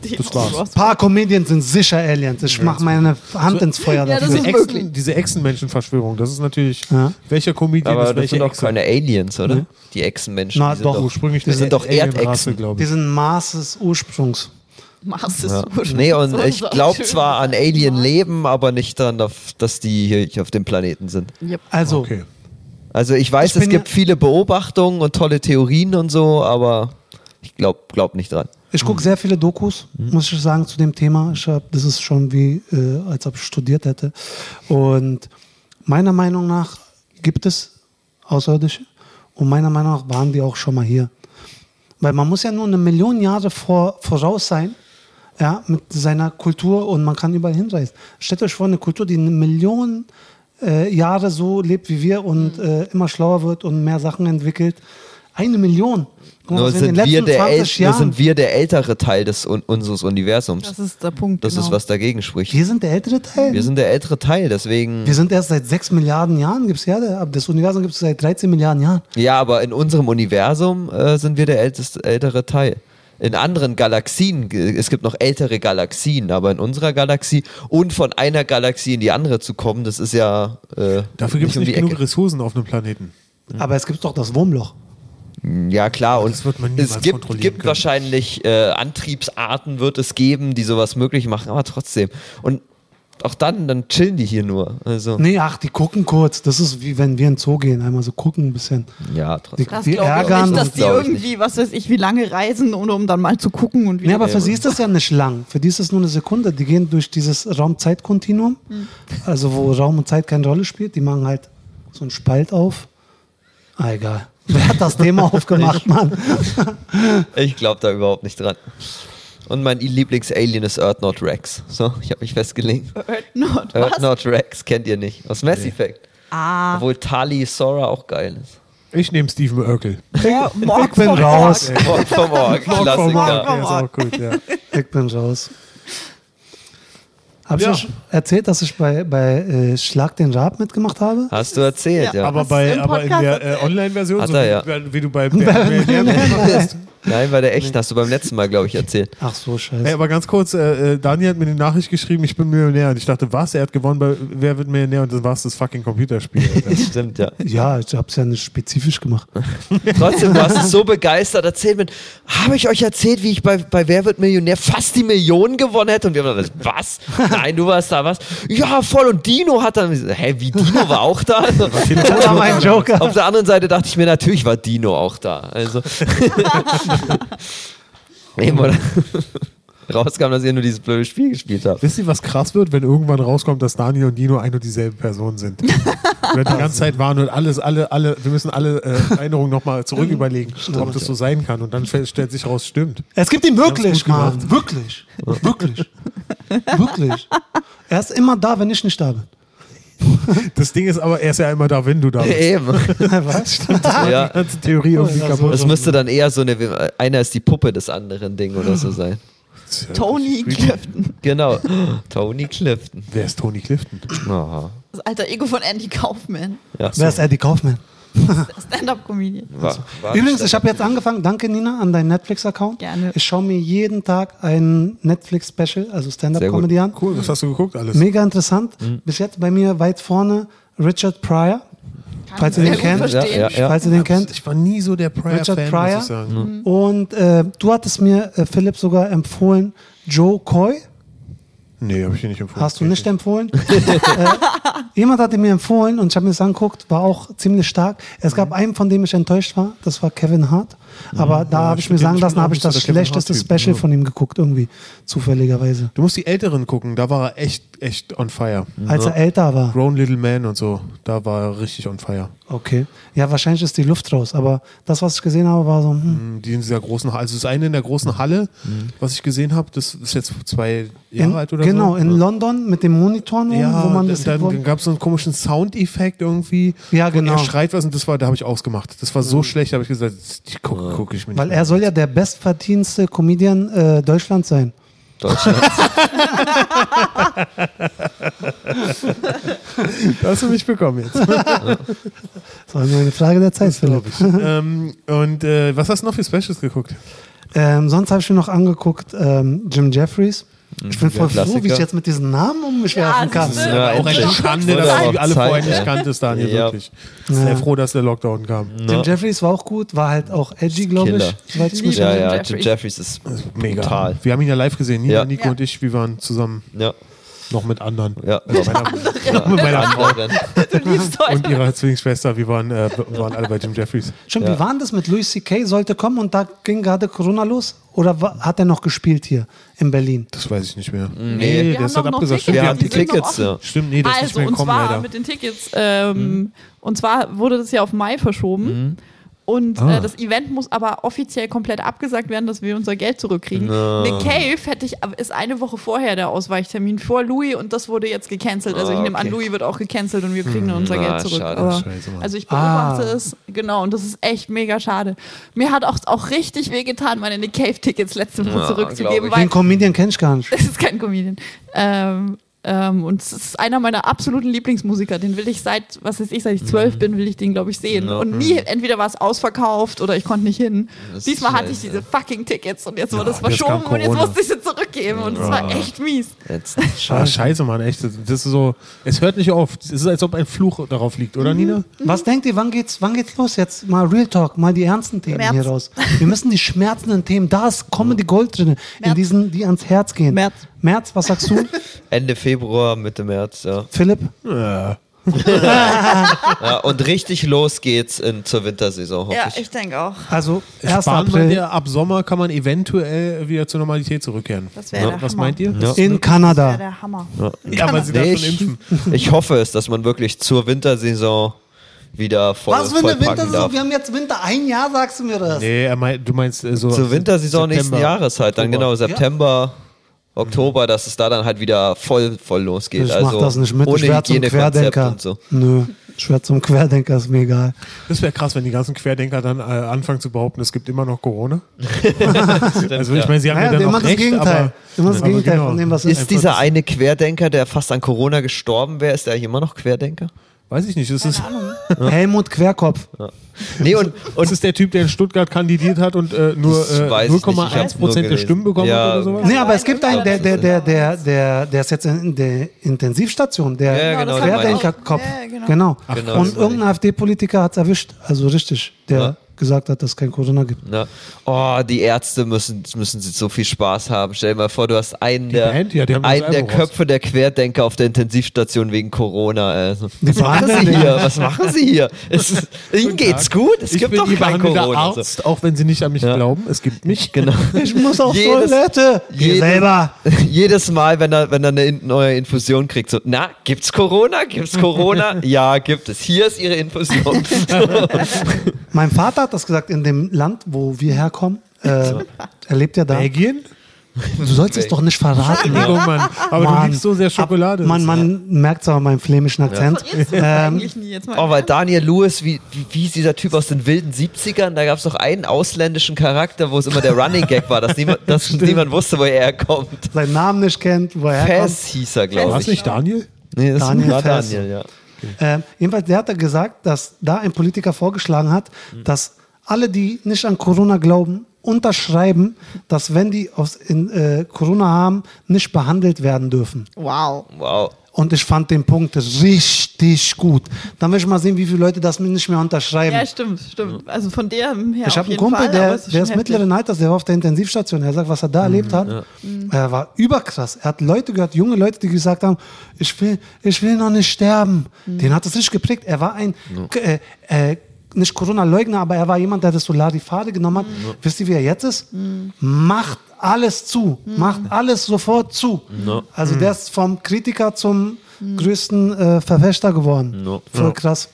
den Das war's. Ross- Ein paar Comedians sind sicher Aliens. Ich mach meine Hand ins Feuer Ja, dafür. das Diese, ist Echsen, möglich. diese Echsenmenschenverschwörung, das ist natürlich, Ja. welcher Comedian Aber ist das welche sind doch Echse? Ah, keine Aliens, oder? Die Echsenmenschen. Na, die sind doch, Ursprünglich die sind eine doch Alien-Rasse, Erdechsen. glaube Die ich. sind Maßes Ursprungs. Mars ist Ja. so schön. Nee, und So ich schön. glaube zwar an Alien-Leben, aber nicht daran, auf- dass die hier hier auf dem Planeten sind. Yep. Also, Okay. Also ich weiß, Ich es bin ja- gibt viele Beobachtungen und tolle Theorien und so, aber ich glaube glaub nicht dran. ich gucke sehr viele Dokus, Hm. muss ich sagen, zu dem Thema. Ich hab, das ist schon wie, äh, als ob ich studiert hätte. Und meiner Meinung nach gibt es Außerirdische. Und meiner Meinung nach waren die auch schon mal hier. Weil man muss ja nur eine Million Jahre vor, voraus sein, ja, mit seiner Kultur und man kann überall hinreisen. Stellt euch vor, eine Kultur, die eine Million äh, Jahre so lebt wie wir und äh, immer schlauer wird und mehr Sachen entwickelt. Eine Million. Guck mal, Nur was wir in sind, den wir letzten der 20 äl- nur Jahren- sind wir der ältere Teil des, un unseres Universums. Das Das ist, ist der Punkt. genau. was dagegen spricht. wir sind der ältere Teil. Wir sind der ältere Teil, deswegen. Wir sind erst seit 6 Milliarden Jahren, gibt's Erde. Ab das Universum gibt es seit 13 Milliarden Jahren. Ja, aber in unserem Universum äh, sind wir der älteste, ältere Teil. In anderen Galaxien, g- es gibt noch ältere Galaxien, aber in unserer Galaxie und von einer Galaxie in die andere zu kommen, das ist ja. Äh, Dafür gibt es um nicht die genug Ecke. Ressourcen auf einem Planeten. Aber es gibt doch das Wurmloch. Ja, klar. Und das wird man niemals es gibt, kontrollieren gibt können. wahrscheinlich äh, Antriebsarten, wird es geben, die sowas möglich machen, aber trotzdem. Und auch dann, dann chillen die hier nur. Also, Nee, ach, die gucken kurz. Das ist wie wenn wir in den Zoo gehen, einmal so gucken ein bisschen. ja, trotzdem. Das Die glaube ich ärgern nicht, dass uns, die glaub ich irgendwie, was weiß ich, wie lange reisen, nur um dann mal zu gucken und Nee, wieder. aber für sie ist das ja nicht lang. Für die ist es nur eine Sekunde. Die gehen durch dieses Raum-Zeit-Kontinuum, Hm. also wo Raum und Zeit keine Rolle spielt. Die machen halt so einen Spalt auf. Ah, egal. Wer hat das Thema aufgemacht, Mann? Ich glaube da überhaupt nicht dran. Und mein Lieblings-Alien ist Earth Not Rex. So, ich habe mich festgelegt. Not, Earth was? Not Rex kennt ihr nicht. Aus Mass Effect. Ah, Obwohl Tali Sora auch geil ist. Ich nehme Steven Urkel. Mor- Morg Ich bin vom raus. Org. Morg vom Org, Vom Mark, Klassiker. der ist auch gut, ja. Ich bin raus. Hab ich Ja. euch erzählt, dass ich bei, bei äh, Schlag den Rab mitgemacht habe? Hast du erzählt, ja. Ja, Aber, Hast du bei, im aber in Podcast der äh, Online-Version, Hat so er, wie, ja. wie du bei Batman gemacht hast. Nein, bei der echten hast du beim letzten Mal, glaube ich, erzählt. Ach so, Ey, scheiße. aber ganz kurz, äh, äh, Dani hat mir eine Nachricht geschrieben, ich bin Millionär. Und ich dachte, was? Er hat gewonnen bei Wer wird Millionär? Und dann war es das fucking Computerspiel. Alter. Stimmt, ja. Ja, ich hab's ja nicht spezifisch gemacht. Trotzdem, du hast es so begeistert erzählt mit, habe ich euch erzählt, wie ich bei, bei Wer wird Millionär fast die Millionen gewonnen hätte? Und wir haben gesagt, was? Nein, du warst da, was? Ja, voll. Und Dino hat dann, hä, wie, Dino war auch da? Das war mein Joker. Auf der anderen Seite dachte ich mir, natürlich war Dino auch da. Also. Eben, oder? Rauskam, dass ihr nur dieses blöde Spiel gespielt habt. Wisst ihr, was krass wird, wenn irgendwann rauskommt, dass Daniel und Dino ein und dieselbe Person sind? Oder die ganze Zeit waren und alles, alle, alle, wir müssen alle äh, Erinnerungen nochmal zurück überlegen, ob das so sein kann. Und dann fe- stellt sich raus, stimmt. Es gibt ihn wirklich, Wir haben's Mann. Wirklich. Wirklich. Wirklich. Er ist immer da, wenn ich nicht da bin. Das Ding ist aber, er ist ja immer da, wenn du da bist. Eben. Was? Ja. Die ganze Theorie irgendwie Das kaputt. Es müsste dann eher so eine, einer ist die Puppe des anderen Ding oder so sein. Tony Clifton. Genau. Tony Clifton. Wer ist Tony Clifton? Aha. Das alter Ego von Andy Kaufman. Ja. Wer ist Eddie Kaufmann? der Stand-up-Comedian. War, war Übrigens, ich habe jetzt angefangen, danke Nina, an deinen Netflix-Account. Gerne. Ich schaue mir jeden Tag ein Netflix-Special, also Sehr gut. Stand-Up-Comedy an. Cool, was hast du geguckt alles? Mega interessant. Mhm. Bis jetzt bei mir weit vorne Richard Pryor, falls ihr ich den sehr gut kennt. ja, verstehen. ja, ja. Falls ihr den kennt. Ich war nie so der Pryor-Fan, Richard muss Pryor. ich sagen. Mhm. Und äh, du hattest mir, äh, Philipp, sogar empfohlen, Joe Coy. Nee, habe ich dir nicht empfohlen. Hast du nicht empfohlen? äh, jemand hatte mir empfohlen und ich habe mir das angeguckt, war auch ziemlich stark. Es Mhm. gab einen, von dem ich enttäuscht war, das war Kevin Hart. Aber da habe ich stimmt, mir sagen Mhm. den lassen, Spieler habe ich bist du das der Kevin schlechteste Hart-Typ, Mhm. Special ja. von ihm geguckt, irgendwie, zufälligerweise. Du musst die Älteren gucken, da war er echt, echt on fire. Als er älter war. Grown Little Man und so, da war er richtig on fire. Okay. Ja, wahrscheinlich ist die Luft raus, aber das, was ich gesehen habe, war so, hm. Die in dieser großen Halle, also das eine in der großen Mhm. Halle, was ich gesehen habe, das ist jetzt zwei Jahre in, alt oder genau, so. in London mit den Monitoren, ja, wo man dann- das sieht, wo- dann gab es so einen komischen Soundeffekt irgendwie. Ja, genau. Mhm. Und er schreit was und das war, da habe ich ausgemacht. Das war so schlecht, da habe ich gesagt, ich gucke guck ich mir Weil nicht er soll ja der bestverdienste Comedian äh, Deutschlands sein. Deutschland. Da hast du mich bekommen jetzt. Das war nur eine Frage der Zeit, Philipp. ähm, und äh, was hast du noch für Specials geguckt? Ähm, sonst habe ich mir noch angeguckt ähm, Jim Jeffries. Ich der bin voll froh, wie ich Klassiker. jetzt mit diesen Namen um mich Ja, werfen kann. siehst du? Aber Ja, auch eine endlich. Schande, Wurde dass aber du die auch alle Zeit, vorher nicht ey. kanntest, Daniel, Ja. wirklich. Sehr froh, dass der Lockdown kam. Jim Jeffries war auch gut, war halt auch edgy, glaube ich. Killer. soweit ich mich Liebe Ja, Jim ja, Jeffries. Jim Jeffries ist Äh, Mega. brutal. Wir haben ihn ja live gesehen. Nina, Ja. Nico Ja. und ich, wir waren zusammen Ja, noch mit anderen. ja. Noch mit meiner Frau Anderen. Du liebst heute. und ihrer Zwillingsschwester. Wir waren, äh, wir waren alle bei Jim Jeffries. Stimmt, Ja. wie war denn das mit Louis C.K.? Sollte kommen und da ging gerade Corona los? Oder wa- hat er noch gespielt hier in Berlin? Das weiß ich nicht mehr. Wir der ist dann haben doch noch abgesagt. Tickets. Stimmt, Wir wir haben hatten- die sind noch Tickets, offen. ja. Stimmt, nee, das ist nicht Also, mehr und gekommen, zwar leider. Mhm. mit den Tickets, ähm, und zwar wurde das ja auf Mai verschoben. Und Ah. äh, das Event muss aber offiziell komplett abgesagt werden, dass wir unser Geld zurückkriegen. Nick Cave hätte ich, äh, ist eine Woche vorher der Ausweichtermin vor Louis und das wurde jetzt gecancelt. Also ich Ah, nehme an, okay. Louis wird auch gecancelt und wir kriegen dann unser Ah, Geld zurück. schade. Aber, Scheiße, Mann. also ich beobachte Ah. es, genau, und das ist echt mega schade. Mir hat auch, auch richtig wehgetan, meine Nick Cave-Tickets letzte Woche Ja, glaub zurückzugeben, ich. weil Den Comedian kenne ich gar nicht. das ist kein Comedian. Ähm, ähm, und es ist einer meiner absoluten Lieblingsmusiker. Den will ich seit, was weiß ich, seit ich zwölf bin, will ich den, glaube ich, sehen. Ja. Und nie, entweder war es ausverkauft oder ich konnte nicht hin. Das ist Diesmal hatte ich scheiße. diese fucking Tickets und jetzt Ja, wurde es jetzt verschoben kam und jetzt Corona. musste ich sie zurückgeben. Und es war echt mies. Jetzt. Ah, scheiße, Mann, echt. Das ist so, es hört nicht auf. Es ist, als ob ein Fluch darauf liegt, oder, Mhm. Nina? Was denkt ihr, wann geht's, wann geht's los jetzt? Mal Real Talk, mal die ernsten Themen März. hier raus. Wir müssen die schmerzenden Themen, da ist Comedy Gold drin, in März. diesen, die ans Herz gehen. März. März, was sagst du, Ende Februar, Mitte März, ja. Philipp? ja und richtig los geht's in, zur Wintersaison, hoffe ich. denke auch. Also, 1. Sparen wir April dir, ab Sommer kann man eventuell wieder zur Normalität zurückkehren. Das wäre der Was Hammer. meint ihr? Ja. in Ja, Kanada. der Hammer. Ja, aber sie Nee, darf schon ich, impfen. ich hoffe es, dass man wirklich zur Wintersaison wieder voll, Was für eine vollpacken darf. Wintersaison? Wir haben jetzt Winter, ein Jahr sagst du mir das. Nee, er meint, du meinst äh, so. Zur Wintersaison nächsten September, Jahres halt, dann Oktober. genau September, Oktober, dass es da dann halt wieder voll, voll losgeht. Ich also mach das nicht mit, ich ohne werd zum Hygienekonzept Querdenker. und so. Nö, ich werd zum Querdenker, ist mir egal. Das wäre krass, wenn die ganzen Querdenker dann äh, anfangen zu behaupten, es gibt immer noch Corona. also ich meine, sie haben ja, Naja, dann immer noch das recht, Gegenteil. aber, immer das aber Gegenteil genau. von dem, was Ist dieser eine Querdenker, der fast an Corona gestorben wäre, ist der eigentlich immer noch Querdenker? Weiß ich nicht. Das ist, Helmut Querkopf. Nee, und, das und ist der Typ, der in Stuttgart kandidiert hat und äh, nur Das äh, weiß ich nicht. Ich hab's 0,1 nur Prozent der gelesen. Stimmen bekommen Ja. hat oder sowas. Nee, aber es gibt einen, der, Nein, der, der, der, der, der ist jetzt in der Intensivstation, der Ja, genau, Querdenkerkopf. den meine ich. Ja, genau. genau, Und den meine irgendein AfD-Politiker hat es erwischt, also richtig, der Ja. gesagt hat, dass es kein Corona gibt. Na, oh, die Ärzte müssen, müssen so viel Spaß haben. Stell dir mal vor, du hast einen der, Band, ja, die haben das einen der Album raus. Köpfe der Querdenker auf der Intensivstation wegen Corona. Also, was machen behandeln sie den. hier? Was machen sie hier? Es ist, ihnen geht's gut? Es ich gibt bin doch ihr kein behandelnder Corona. Also, Arzt, auch wenn sie nicht an mich glauben. Es gibt mich. Genau. Ich muss auf Jedes- Toilette. Geh jedes- selber. Jedes Mal, wenn er, wenn er eine in- neue Infusion kriegt, so, na, gibt's Corona? Gibt's Corona? ja, gibt es. Hier ist ihre Infusion. Mein Vater hat das gesagt, in dem Land, wo wir herkommen, äh, er lebt ja da. Belgien? Du sollst es doch nicht verraten. Entschuldigung, Oh Mann. Aber du Mann. liebst so sehr Schokolade. Man, man merkt es aber an meinem flämischen Akzent. Verrätst du das eigentlich nie jetzt mal. Oh, weil Daniel Lewis, wie, wie, wie ist dieser Typ aus den wilden 70ern? Da gab es doch einen ausländischen Charakter, wo es immer der Running Gag war, dass niemand, dass niemand wusste, woher er kommt. Seinen Namen nicht kennt, woher er kommt. Fess hieß er, War glaube es ich. nicht Daniel? Nee, das Daniel war Fess. Daniel, ja. Ähm, jedenfalls, der hat da gesagt, dass da ein Politiker vorgeschlagen hat, dass alle, die nicht an Corona glauben, unterschreiben, dass wenn die aus, in, äh, Corona haben, nicht behandelt werden dürfen. Wow. Wow. Und ich fand den Punkt richtig gut. Dann will ich mal sehen, wie viele Leute das nicht mehr unterschreiben. Ja, stimmt, stimmt. Also von der her ich auf habe einen jeden Kumpel, Fall, aber der, es Mhm. der schon ist heftig. mittleren Alters, der war auf der Intensivstation. Er sagt, was er da erlebt hat, Mhm. er war überkrass. Er hat Leute gehört, junge Leute, die gesagt haben, ich will, ich will noch nicht sterben. Mhm. Den hat es richtig geprägt. Er war ein, k- äh, äh, nicht Corona-Leugner, aber er war jemand, der das so Larifade genommen hat. Wisst ihr, wie er jetzt ist? Mhm. Macht alles zu. Macht alles sofort zu. Also der ist vom Kritiker zum Mhm. größten äh, Verfechter geworden. No. Voll Ja. krass.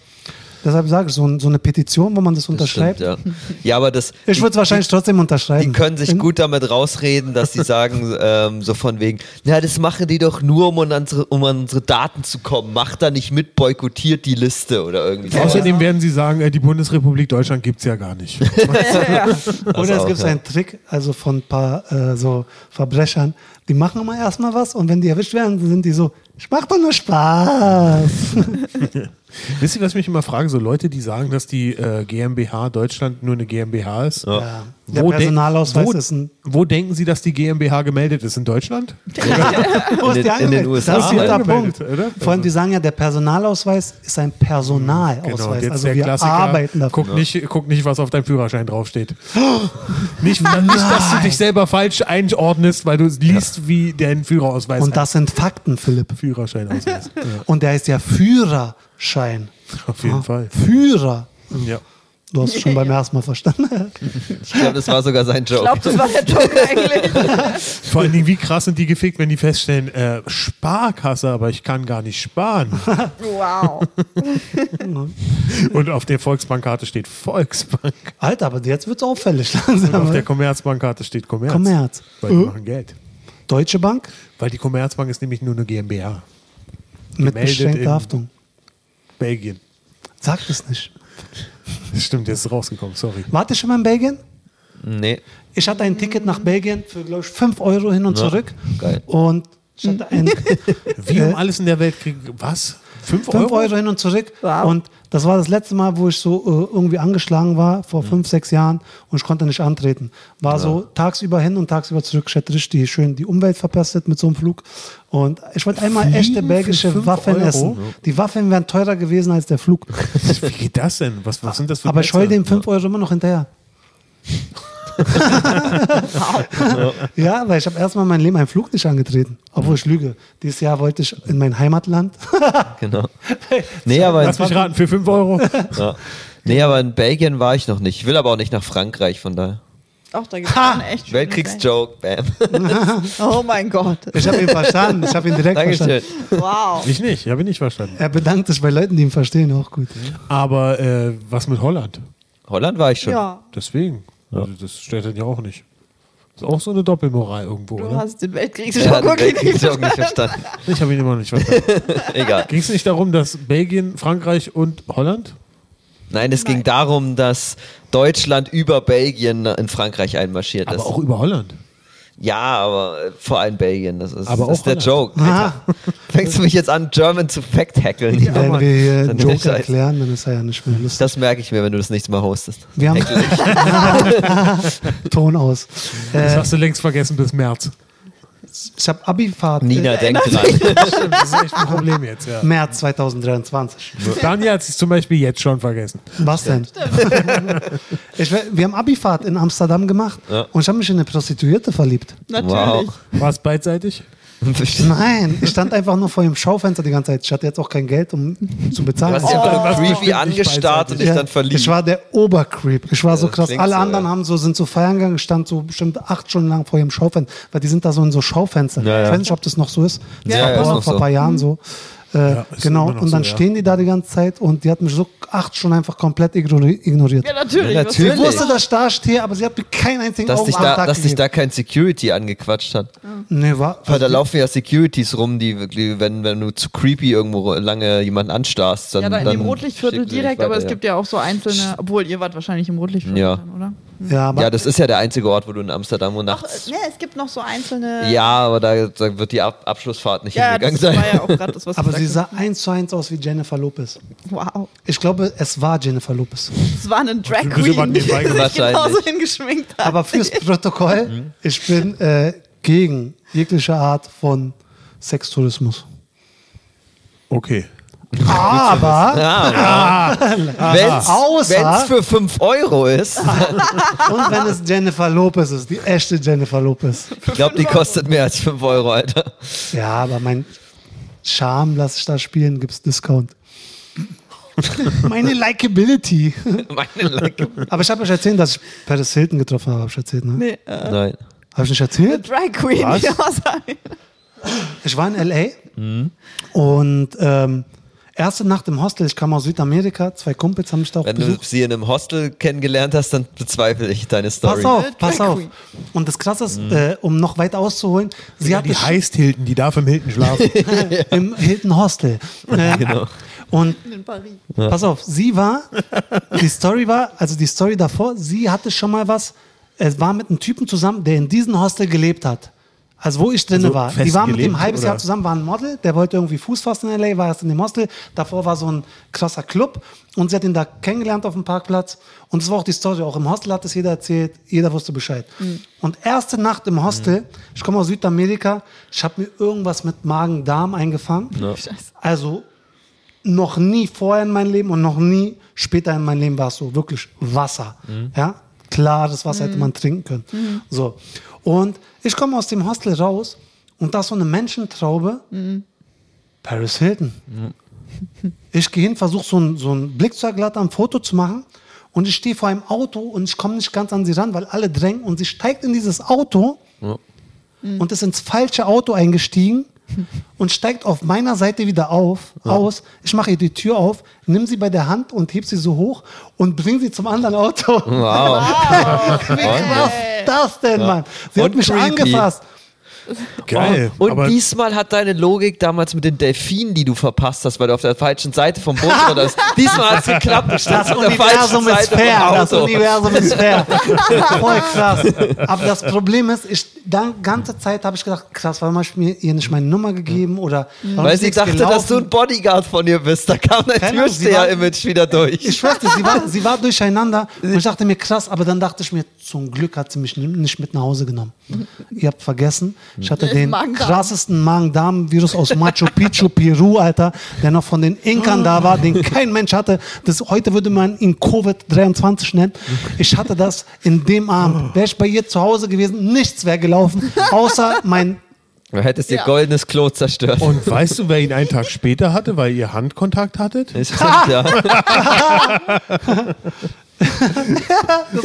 Deshalb sage ich, so, ein- so eine Petition, wo man das Das unterschreibt, Stimmt, ja. ja, aber das. ich würde es wahrscheinlich trotzdem unterschreiben. Die Ähm, können sich In- gut damit rausreden, dass sie sagen, ähm, so von wegen, na, das machen die doch nur, um an unsere, um an unsere Daten zu kommen. Macht da nicht mit, boykottiert die Liste oder irgendwie so. Außerdem werden sie sagen, äh, die Bundesrepublik Deutschland gibt es ja gar nicht. Oder es auch, gibt ja. einen Trick, also von ein paar äh, so Verbrechern, die machen immer erstmal was und wenn die erwischt werden, sind die so, ich mach doch nur Spaß. Wisst ihr, was mich immer fragen? So Leute, die sagen, dass die äh, GmbH Deutschland nur eine GmbH ist. Ja. Der Wo de- Personalausweis wo, ist ein. Wo denken Sie, dass die GmbH gemeldet ist? In Deutschland? in Wo ist der den- in den angemeldet? USA halt. Das ist der angemeldet, Punkt. oder? Also- Vor allem, die sagen ja, der Personalausweis ist ein Genau, Personalausweis. also wir arbeiten dafür. Guck, nicht, guck nicht, was auf deinem Führerschein draufsteht. nicht, nicht, dass du dich selber falsch einordnest, weil du liest, wie dein Führerausweis Und das sind Fakten, Philipp. Führerschein auslässt. Und der heißt ja Führerschein. Auf jeden Ah, Fall. Führer. Ja. Du hast es schon beim ersten Mal verstanden. Ich glaube, das war sogar sein Joke. Ich glaube, das war der Joke eigentlich. Vor allen Dingen, wie krass sind die gefickt, wenn die feststellen, äh, Sparkasse, aber ich kann gar nicht sparen. Wow. Und auf der Volksbankkarte steht Volksbank. Alter, aber jetzt wird es auffällig Und Genau, auf der langsam. Commerzbankkarte steht Commerz. Commerz. Weil die Äh. machen Geld. Deutsche Bank Weil die Commerzbank ist nämlich nur eine GmbH. mit Gemeldet in- beschränkter Haftung. Belgien. Sagt es nicht. Das stimmt, jetzt ist rausgekommen, sorry. Wart ihr schon mal in Belgien? nee. Ich hatte ein Ticket nach Belgien für, glaube ich, 5 Euro hin und Ja, zurück. geil. Und ich hatte ein 5 Wie um alles in der Welt kriegen. Was? 5 Euro? Äh? Euro hin und zurück. Wow. Und das war das letzte Mal, wo ich so äh, irgendwie angeschlagen war, vor Mhm. 5, 6 Jahren. Und ich konnte nicht antreten. War so tagsüber hin und tagsüber zurück. Ich hätte richtig schön die Umwelt verpestet mit so einem Flug. Und ich wollte einmal Fliegen echte für belgische 5 Waffen Euro? essen. Die Waffen wären teurer gewesen als der Flug. Wie geht das denn? Was, was sind das für Aber ich heule Plätze? dem 5 Euro immer noch hinterher. ja, weil ich habe erstmal mein Leben einen Flug nicht angetreten, obwohl ich lüge. Dieses Jahr wollte ich in mein Heimatland. Genau. Nee, aber Lass in, mich raten, für 5 Euro. ja. nee, aber in Belgien war ich noch nicht. Ich will aber auch nicht nach Frankreich, von daher. Auch da gibt es echt schöne Weltkriegsjoke, bam. Sachen. Oh mein Gott. Ich habe ihn verstanden, ich habe ihn direkt Dankeschön. verstanden. Wow. ich nicht, habe ich nicht verstanden. Er bedankt sich bei Leuten, die ihn verstehen, auch gut. Aber äh, was mit Holland? Holland war ich schon. Ja, Deswegen. Also das stört dann ja auch nicht. ist auch so eine Doppelmoral irgendwo, du oder? hast den Ich Weltkriegsjoke habe den wirklich nicht Weltkriegsjoke nicht verstanden. verstanden. Ich habe ihn immer noch nicht verstanden. Egal. Ging es nicht darum, dass Belgien, Frankreich und Holland? Nein, es ging darum, dass Deutschland über Belgien in Frankreich einmarschiert ist. Aber auch über Holland. ja, aber äh, vor allem Belgien. Das ist, Aber das ist auch der Holland. Joke. Alter. Fängst du mich jetzt an, German zu fact-hackeln? Ja. Wenn Mann. wir hier einen Dann ist der Joke Scheiß. erklären, dann ist er ja nicht mehr lustig. Das merke ich mir, wenn du das nächste Mal hostest. Wir haben Ton aus. Das Äh, hast du längst vergessen bis März. ich habe Abifahrt äh, Nina, denk dran. Das ist echt ein Problem jetzt, ja. März 2023. Daniel hat es zum Beispiel jetzt schon vergessen. Was denn? ich, we- wir haben Abifahrt in Amsterdam gemacht Ja. und ich habe mich in eine Prostituierte verliebt. Natürlich. War es beidseitig? Nein, ich stand einfach nur vor dem Schaufenster die ganze Zeit. Ich hatte jetzt auch kein Geld, um zu Du bezahlen. hast dich einfach Oh. creepy angestarrt und dich Ja, dann verliebt. Ich war der Obercreep. Ich war so das krass. klingt Alle so, anderen ja. haben so, sind so feiern gegangen, ich stand so bestimmt acht Stunden lang vor ihrem Schaufenster, weil die sind da so in so Schaufenstern. Ja, ja. Ich weiß nicht, ob das noch so ist. Das Ja, war ja, auch ist noch vor so. ein paar Jahren so. Äh, ist genau, immer noch und dann so, ja. stehen die da die ganze Zeit und die hat mich so acht Stunden einfach komplett ignori- ignoriert. Ja, natürlich. Ja, Was natürlich. Ich will wusste, dass ich da stehe, aber sie hat mir keinen einzigen dass dich, da, Augenkontakt dass dich gegeben. da kein Security angequatscht hat. Nee, war, Weil da laufen ja Securities rum, die wirklich, wenn, wenn du zu creepy irgendwo lange jemanden anstarrst, dann. Ja, da in dann dem Rotlichtviertel schickst du dich direkt, weiter, aber es ja. gibt ja auch so einzelne, obwohl ihr wart wahrscheinlich im Rotlichtviertel, Ja. dann, oder? ja, aber Ja, das ist ja der einzige Ort, wo du in Amsterdam und Ach, nachts. ne, es gibt noch so einzelne. ja, aber da, da wird die Ab Abschlussfahrt nicht Äh. ja hingegangen das sein. war ja auch gerade das, was Aber sie ich sah eins zu eins aus wie Jennifer Lopez. Wow. Ich glaube, es war Jennifer Lopez. Es war eine Drag bist über den Queen, die Weg sich wahrscheinlich. genauso hingeschminkt hat. Aber fürs Mhm. Protokoll, ich bin äh, gegen jegliche Art von Sextourismus. Okay. Ah, Aber Außer- Wenn es für 5 Euro ist, Ah, und wenn es Jennifer Lopez ist, die echte Jennifer Lopez. ich glaube, die kostet mehr als 5 Euro, Alter. Ja, aber mein Charme lasse ich da spielen, gibt's Discount. Meine Likeability. Meine Leck. Aber ich habe euch erzählt, dass ich Paris Hilton getroffen habe. Habe ich erzählt, ne? Nee, äh, Nein. Habe ich nicht erzählt? Drag Queen, Was? ja, sorry. Ich war in LA Mhm. und ähm, erste Nacht im Hostel. Ich kam aus Südamerika. Zwei Kumpels haben mich da auch Wenn du besucht. sie in einem Hostel kennengelernt hast, dann bezweifle ich deine Story. Pass auf, Drag pass auf. Queen. Und das Krasse ist, äh, um noch weit auszuholen, sie Mhm. Ja, hatte die heißt Hilton, die darf im Hilton schlafen. im Hilton Hostel. Äh, Genau. Und In Paris. pass auf, sie war, die Story war, also die Story davor, sie hatte schon mal was, es war mit einem Typen zusammen, der in diesem Hostel gelebt hat. Also wo ich drinne Also war. Die waren mit dem festgelegt, halbes oder? Jahr zusammen, war ein Model, der wollte irgendwie Fuß fassen in L.A., war erst in dem Hostel. Davor war so ein krasser Club und sie hat ihn da kennengelernt auf dem Parkplatz. Und das war auch die Story, auch im Hostel hat es jeder erzählt, jeder wusste Bescheid. Und erste Nacht im Hostel, Mhm. ich komme aus Südamerika, ich habe mir irgendwas mit Magen-Darm eingefangen. Also noch nie vorher in meinem Leben und noch nie später in meinem Leben war es so. Wirklich Wasser. Ja? Klares Wasser hätte man trinken können. So. Und ich komme aus dem Hostel raus und da ist so eine Menschentraube. Paris Hilton. Ich gehe hin, versuche so, einen- so einen Blick zu erglattern, ein Foto zu machen. Und ich stehe vor einem Auto und ich komme nicht ganz an sie ran, weil alle drängen. Und sie steigt in dieses Auto und ist ins falsche Auto eingestiegen und steigt auf meiner Seite wieder auf, aus. Ich mache ihr die Tür auf, nimm sie bei der Hand und heb sie so hoch und bring sie zum anderen Auto. Wow. Wie krass ist das denn, Mann? Sie hat Und mich creepy. angefasst. Oh, Geil. Und aber diesmal hat deine Logik damals mit den Delfinen, die du verpasst hast, weil du auf der falschen Seite vom Boot warst. diesmal hat es geklappt. Du standst Das auf der Universum falschen ist Seite fair. vom Das Auto. Universum ist fair. Voll krass. Aber das Problem ist, ich dann ganze Zeit habe ich gedacht, krass, warum habe ich mir ihr nicht meine Nummer gegeben oder warum Weil ist sie nichts dachte, genau dass du gelaufen? ein Bodyguard von ihr bist. Da kam dein Keine Ahnung, sie war- Türsteher-Image wieder durch. Ich schwör's dir, sie war, sie war durcheinander und ich dachte mir krass, aber dann dachte ich mir, zum Glück hat sie mich ni- nicht mit nach Hause genommen. Ihr habt vergessen, ich hatte den Magen-Darm. krassesten Magen-Darm-Virus aus Machu Picchu, Peru, Alter, der noch von den Inkern da war, den kein Mensch hatte. Das, heute würde man ihn Covid-23 nennen. Ich hatte das in dem Abend. Wäre ich bei ihr zu Hause gewesen, nichts wäre gelaufen, außer mein Du hättest ihr Ja. goldenes Klo zerstört. und weißt du, wer ihn einen Tag später hatte, weil ihr Handkontakt hattet? Ist stimmt, ja.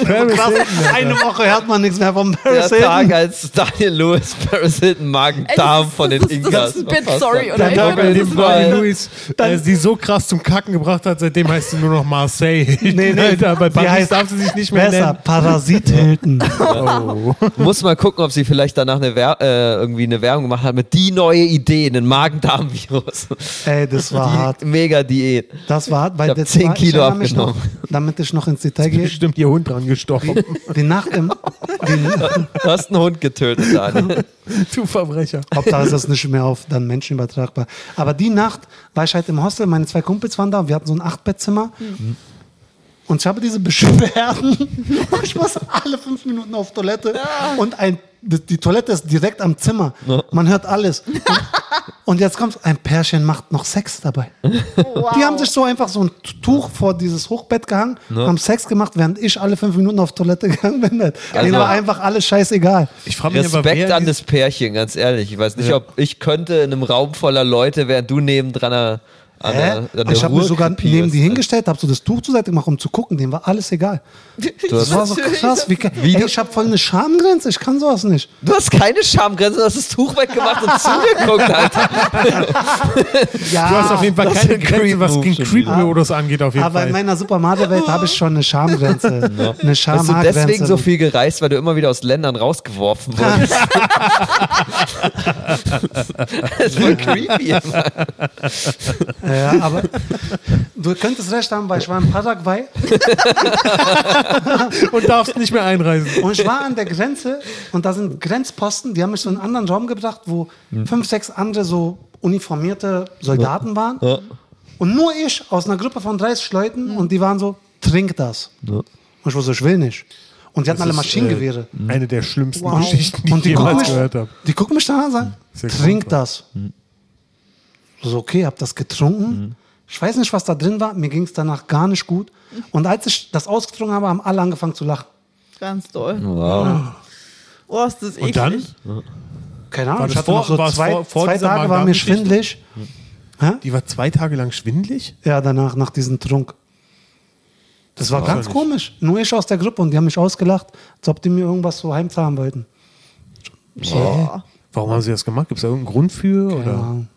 Paris eine Woche hört man nichts mehr vom Der Paris Hilton. Tag, als Daniel Lewis Paris Hilton Ey, Magen-Darm das- von den Oh, das ist- Inkas Das ist ein Bit, sorry, oder? Der Ich Tag, finde, an das dem ist Marvin mal- Lewis äh, sie so krass zum Kacken gebracht hat, seitdem heißt sie nur noch Marseille. Nee, nee, Alter, bei sie Paris heißt darf sie sich nicht mehr Besser, nennen. Parasit Hilton. Muss mal gucken, ob sie vielleicht danach eine Wer äh, irgendwie eine Werbung gemacht hat mit die neue Idee, einen Magen-Darm-Virus. Ey, das war hart. Die Mega-Diät. Das war hart, weil Ich hab das 10 war, Kilo erinnere mich noch, abgenommen. damit ich noch ins Detail gehe. Bestimmt ihr Hund dran gestorben. Die Nacht im. Die, Du hast einen Hund getötet, Daniel. du Verbrecher. Hauptsache ist das nicht mehr auf dann Menschen übertragbar. Aber die Nacht war ich halt im Hostel, meine zwei Kumpels waren da, wir hatten so ein Achtbettzimmer. Mhm. Und ich habe diese Beschwerden. Und ich muss alle fünf Minuten auf Toilette. Und ein, die, die Toilette ist direkt am Zimmer. Man hört alles. Und, und jetzt kommt ein Pärchen macht noch Sex dabei. Die haben sich so einfach so ein Tuch vor dieses Hochbett gehangen, Ne? haben Sex gemacht, während ich alle fünf Minuten auf Toilette gegangen bin. Denen Genau. war einfach alles scheißegal. Ah, Ich frage mich aber, Respekt wer an das Pärchen, ganz ehrlich. Ich weiß nicht, ob ich könnte in einem Raum voller Leute, während du nebendran an Hä? einer, an der ich habe Ruhr mich sogar krepierst. neben die hingestellt, habe so das Tuch zur Seite gemacht, um zu gucken. Dem war alles egal. Das war so krass. Wie, ka- Wie ey, du- ich habe voll eine Schamgrenze. Ich kann sowas nicht. Du hast keine Schamgrenze, du hast das Tuch weggemacht und zugeguckt, Alter. Du hast auf jeden Fall Ah, das keine ist ein Creep-Move Grenze, was schon den Creep-Modus angeht, auf jeden Aber in Fall. meiner Supermarktwelt habe ich schon eine Schamgrenze. Eine Bist du Schamhaargrenze. deswegen so viel gereist, weil du immer wieder aus Ländern rausgeworfen wurdest? das ist voll creepy. Mann. Ja, aber du könntest recht haben, weil ich war in Paraguay Und darfst nicht mehr einreisen. und ich war an der Grenze und da sind Grenzposten, die haben mich so in einen anderen Raum gebracht, wo Hm. fünf, sechs andere so uniformierte Soldaten waren. Und nur ich aus einer Gruppe von 30 Leuten und die waren so, trink das. Und ich wusste, ich will nicht. Und die hatten alle Das ist, Maschinengewehre. Äh, eine der schlimmsten Wow. Geschichten, die, Und die ich jemals gucken mich- gehört habe. Die gucken mich dann an und sagen, Sehr trink krank, das. So, okay, hab das getrunken. Hm. Ich weiß nicht, was da drin war. Mir ging es danach gar nicht gut. Und als ich das ausgetrunken habe, haben alle angefangen zu lachen. Ganz toll. Wow. Oh, ist das eklig. Und dann? Keine Ahnung, War ich das hatte vor- noch so war es zwei, vor- vor zwei dieser Tage war mir Magen-Darm-Geschichte? schwindelig. Die war zwei Tage lang schwindelig? Ja, danach, nach diesem Trunk. Das war war ganz doch nicht- komisch. Nur ich aus der Gruppe und die haben mich ausgelacht, als ob die mir irgendwas so heimzahlen wollten. Oh. Warum haben sie das gemacht? Gibt es da irgendeinen Grund für? Keine Oder? Ahnung.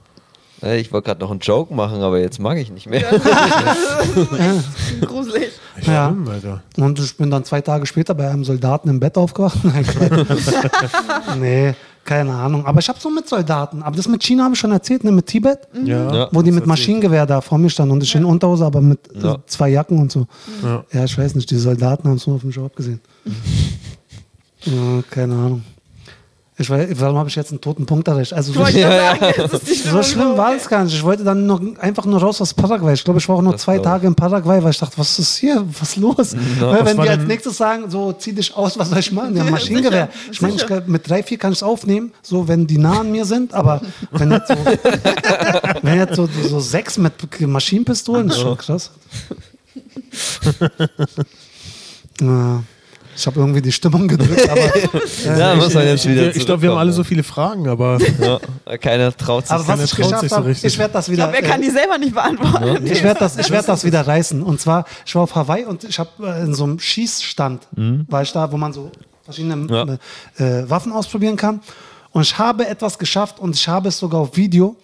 Äh, Ich wollte gerade noch einen Joke machen, aber jetzt mag ich nicht mehr. Gruselig. Ja. Schlimm, Alter. Und ich bin dann zwei Tage später bei einem Soldaten im Bett aufgewacht. Nein, Quatsch. nee, keine Ahnung. Aber ich habe so mit Soldaten. Aber das mit China habe ich schon erzählt, ne? mit Tibet, Ja. Ja. wo die das mit erzählt. Maschinengewehr da vor mir standen und ich in Unterhose, aber mit äh, Ja. zwei Jacken und so. Ja. Ja. ich weiß nicht, die Soldaten haben es nur auf dem Job gesehen. ja, keine Ahnung. Ich weiß, warum habe ich jetzt einen toten Punkt erreicht? Also Ich so, wollte so nur sagen, das ist die Stimmung schlimm war es gar nicht. Ich wollte dann noch, einfach nur raus aus Paraguay. Ich glaube, ich war auch nur zwei glaub ich. Tage in Paraguay, weil ich dachte, was ist hier? Was los? weil, Was wenn war die als denn- nächstes sagen, so zieh dich aus, was soll ich machen? Ja, Maschinengewehr. Ich meine, ich, sicher. kann- mit drei, vier kann ich es aufnehmen, so wenn die nah an mir sind, aber wenn jetzt so, wenn jetzt so, so sechs mit Maschinenpistolen, ist schon krass. Ja. Ich habe irgendwie die Stimmung gedrückt, aber Ja, muss man jetzt wieder Ich glaube, wir haben alle so viele Fragen, aber Ja, keiner traut sich. Aber was keiner ich traut sich geschafft so habe, richtig. ich werde das Ich wieder. glaube, er kann äh, die selber nicht beantworten. ich werde das, ich werd das wieder reißen. Und zwar, ich war auf Hawaii und ich habe äh, in so einem Schießstand, Mhm. war ich da, wo man so verschiedene äh, Waffen ausprobieren kann. Und ich habe etwas geschafft und ich habe es sogar auf Video.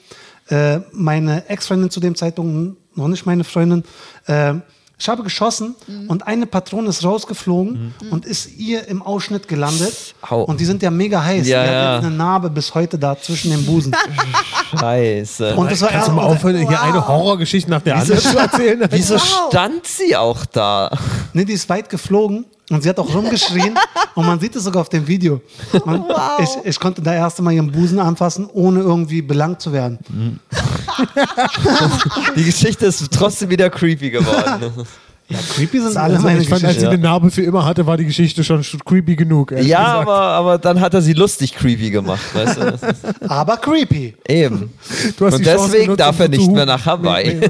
Äh, meine Ex-Freundin zu dem Zeitpunkt, noch nicht meine Freundin, äh, ich habe geschossen und eine Patrone ist rausgeflogen Mhm. und ist ihr im Ausschnitt gelandet. Au. Und die sind ja mega heiß. Ja, die ja. hat jetzt eine Narbe bis heute da zwischen den Busen. Scheiße. Und das war kannst du mal und- aufhören, hier eine Horrorgeschichte nach der anderen zu erzählen? Wieso stand sie auch da? Nee, die ist weit geflogen und sie hat auch rumgeschrien und man sieht es sogar auf dem Video. Man, ich, ich konnte da erst einmal ihren Busen anfassen, ohne irgendwie belangt zu werden. Die Geschichte ist trotzdem wieder creepy geworden. Creepy sind alle Also, meine ich fand, als Geschichten. sie Ja. eine Narbe für immer hatte, war die Geschichte schon sch- creepy genug. ehrlich ja, gesagt. aber, aber dann hat er sie lustig creepy gemacht, weißt du? Aber creepy. Eben. Du hast Und die Chance deswegen genutzt, darf um er zu nicht hupen. mehr nach Hawaii.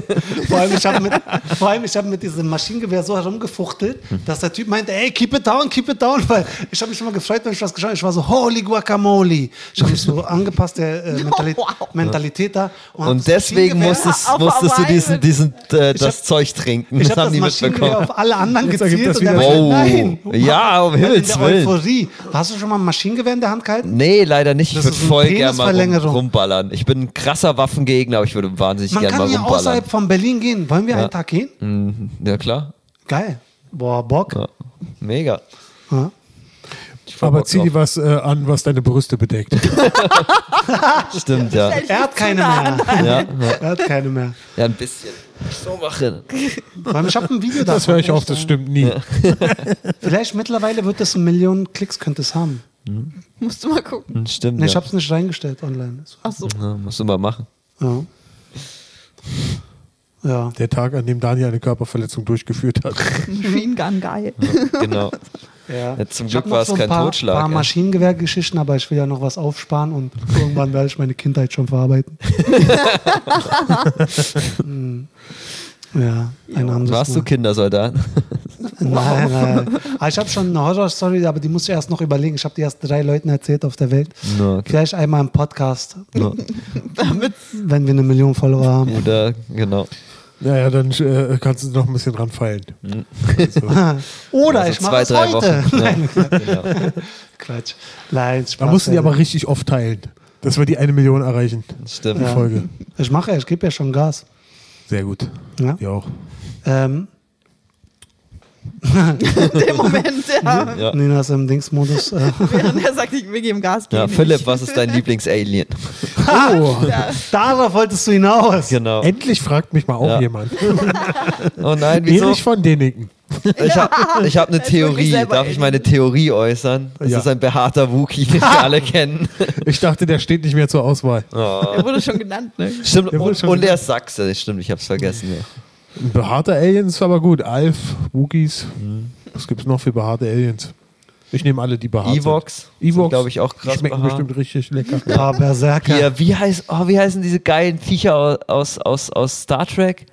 Vor allem, ich habe mit, vor allem, ich hab mit diesem Maschinengewehr so herumgefuchtelt, dass der Typ meinte, ey, keep it down, keep it down. Weil ich habe mich immer gefreut, wenn ich was geschaut habe. Ich war so, holy guacamole. Ich habe mich so angepasst, der äh, Mentali Wow. Mentalität da. hab Und das deswegen Maschinengewehr- musstest, Auf musstest du Hawaii diesen, mit- diesen, äh, das hab- Zeug trinken. Ich Das habe haben das die Maschinengewehr mitbekommen. auf alle anderen Jetzt ergibt gezielt das und der wieder meinte, Sinn. nein. Wow. Ja, um In der Himmels Willen. Euphorie. Hast du schon mal ein Maschinengewehr in der Hand gehalten? Nee, leider nicht. Ich Das würde ist eine voll gerne mal rum, Penisverlängerung. rumballern. Ich bin ein krasser Waffengegner, aber ich würde wahnsinnig Man gerne mal kann hier rumballern. außerhalb von Berlin gehen. Wollen wir Ja. einen Tag gehen? Mhm. Ja, klar. Geil. Boah, Bock. Ja. Mega. Ja. Ich Aber Bock zieh dir drauf. was äh, an, was deine Brüste bedeckt. Stimmt, ja. Er hat keine mehr. Ja, Er hat keine mehr. ja, ein bisschen. So machen. Weil Ich habe ein Video davon. Das höre ich auf, das stimmt nie. Vielleicht mittlerweile wird das eine Million Klicks, könnte es haben. Musst du mal gucken. Stimmt. Nee, Ich ja. habe es nicht reingestellt online. Ach so. ja, musst du mal machen. Ja. Ja. Der Tag, an dem Daniel eine Körperverletzung durchgeführt hat. Machine Gun geil. Genau. ja. Ja, zum Ich Glück hab noch war es so ein kein paar, Totschlag, paar ja. Maschinengewehrgeschichten, aber ich will ja noch was aufsparen und irgendwann werde ich meine Kindheit schon verarbeiten. Hm. ja, ein anderes Warst du Mal. Kindersoldat? Nein, nein. Aber ich habe schon eine Horror-Story, aber die muss ich erst noch überlegen. Ich habe die erst drei Leuten erzählt auf der Welt. Na, okay. Vielleicht einmal im Podcast, Ja. wenn wir eine Million Follower haben. Oder, genau. Naja, dann äh, kannst du noch ein bisschen ranfeilen. Also, Oder Also ich mache es heute. Wochen. Ja, genau. Quatsch. Nein, Spaß. da musst du die Alter. aber richtig oft teilen, dass wir die eine Million erreichen. Stimmt. Die Folge. Ich mache, ja, ich gebe ja schon Gas. Sehr gut. Ja. Wir auch. Ähm, In dem Moment, ja. Ja. Nina ist im Dingsmodus. Äh, Während er sagt, ich, wir geben Gas. geh Ja, nicht. Philipp, was ist dein Lieblingsalien? Oh, darauf wolltest du hinaus. Ah. Genau. endlich fragt mich mal auch Ja. jemand. Oh nein, wieso? Erich von Däniken. Ich habe ich hab eine Er ist wirklich Theorie. selber Darf ich Alien. meine Theorie äußern? Es Ja. ist ein behaarter Wookie, den wir alle kennen. Ich dachte, der steht nicht mehr zur Auswahl. Er wurde schon genannt, ne? Stimmt, Der wurde und, schon und er ist Sachse. Stimmt, ich hab's vergessen. Ja. Ein behaarter Aliens ist aber gut. Alf, Wookies. Mhm. Was gibt's noch für behaarte Aliens? Ich nehme alle, die behaart Ewoks. sind. Ewoks. Glaube ich auch Die krass schmecken behaart. bestimmt richtig lecker. Ein paar Berserker. Hier, wie, heißt, oh, wie heißen diese geilen Viecher au- aus, aus, aus Star Trek,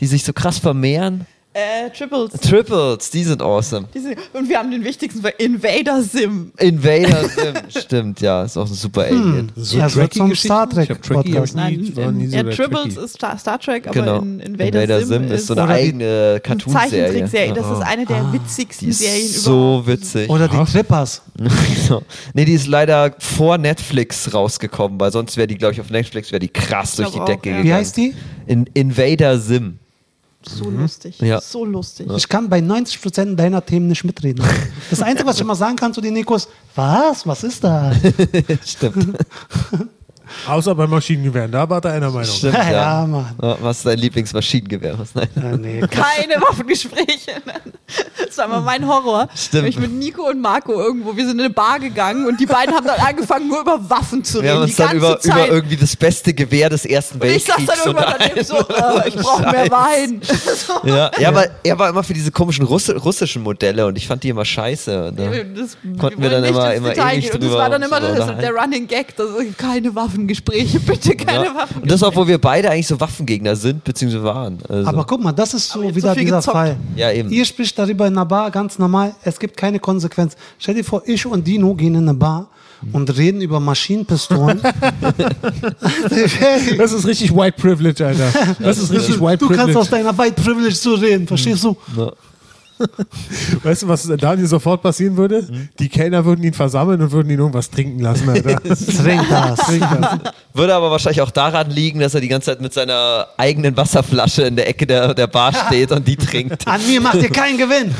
die sich so krass vermehren? Äh, Triples. Triples, die sind awesome. Diese- Und wir haben den wichtigsten Ver- Invader Sim. Invaders, ähm, stimmt, ja, ist auch ein super Hm. Alien. So Ja, es wird zum Trekkie-Geschichten? Star Trek Ich hab Trekkie Podcast. hab ich nie- Nein, war nie in, so ja, der Tribbles Trekkie. ist Star, Star Trek, aber Genau. in Invader, Sim, ist so eine eigene Cartoon-Serie. Zeichentrickserie. Das Ja. ist eine der witzigsten Die Serien ist so überhaupt. witzig. Oder die Clippers. Genau. nee, die ist leider vor Netflix rausgekommen, weil sonst wäre die, glaube ich, auf Netflix wäre die krass durch die glaub auch, Decke ja. gegangen. Wie heißt die? In Invader Sim. So lustig. Mhm. Ja. So lustig. Ich kann bei 90% deiner Themen nicht mitreden. Das Einzige, was ich immer sagen kann zu den Nikos, was? Was ist da? Stimmt. Außer bei Maschinengewehren, da war da einer Meinung. Stimmt, Ja, ja. Mann. Ja, Was ist dein Lieblingsmaschinengewehr? Was, nein. Ja, nee. Keine Waffengespräche. Das war immer mein Horror. Stimmt. Ich mit Nico und Marco irgendwo, wir sind in eine Bar gegangen und die beiden haben dann angefangen, nur über Waffen zu Wir haben reden. Die uns dann ganze über, über Zeit. irgendwie das beste Gewehr des Ersten und ich Weltkriegs saß dann irgendwann unterhalten. daneben so, äh, ich brauche mehr Scheiß. Wein. So. Ja, ja, aber er war immer für diese komischen Russi russischen Modelle und ich fand die immer scheiße. Ne? Das Konnten wir dann nicht immer- ins immer Detail ewig gehen. Und das drüber war dann immer uns das, der unterhalten. Running Gag, das ist keine Waffengespräche, bitte keine ja. Waffen. Und das, obwohl wir beide eigentlich so Waffengegner sind, beziehungsweise waren. Also, Aber guck mal, das ist so jetzt wieder so viel dieser gezockt. Fall. Ja, eben. Ihr spricht darüber in einer Bar ganz normal. Es gibt keine Konsequenz. Stell dir vor, ich und Dino gehen in eine Bar und reden über Maschinenpistolen. Hey, Das ist richtig White Privilege, Alter. Das ist richtig White du kannst aus Privilege. deiner White Privilege so reden, verstehst du? Weißt du, was Daniel sofort passieren würde? Hm? Die Kellner würden ihn versammeln und würden ihn irgendwas trinken lassen, Alter. Trink das. Trink das. würde aber wahrscheinlich auch daran liegen, dass er die ganze Zeit mit seiner eigenen Wasserflasche in der Ecke der, der Bar steht und die trinkt. An mir macht ihr keinen Gewinn.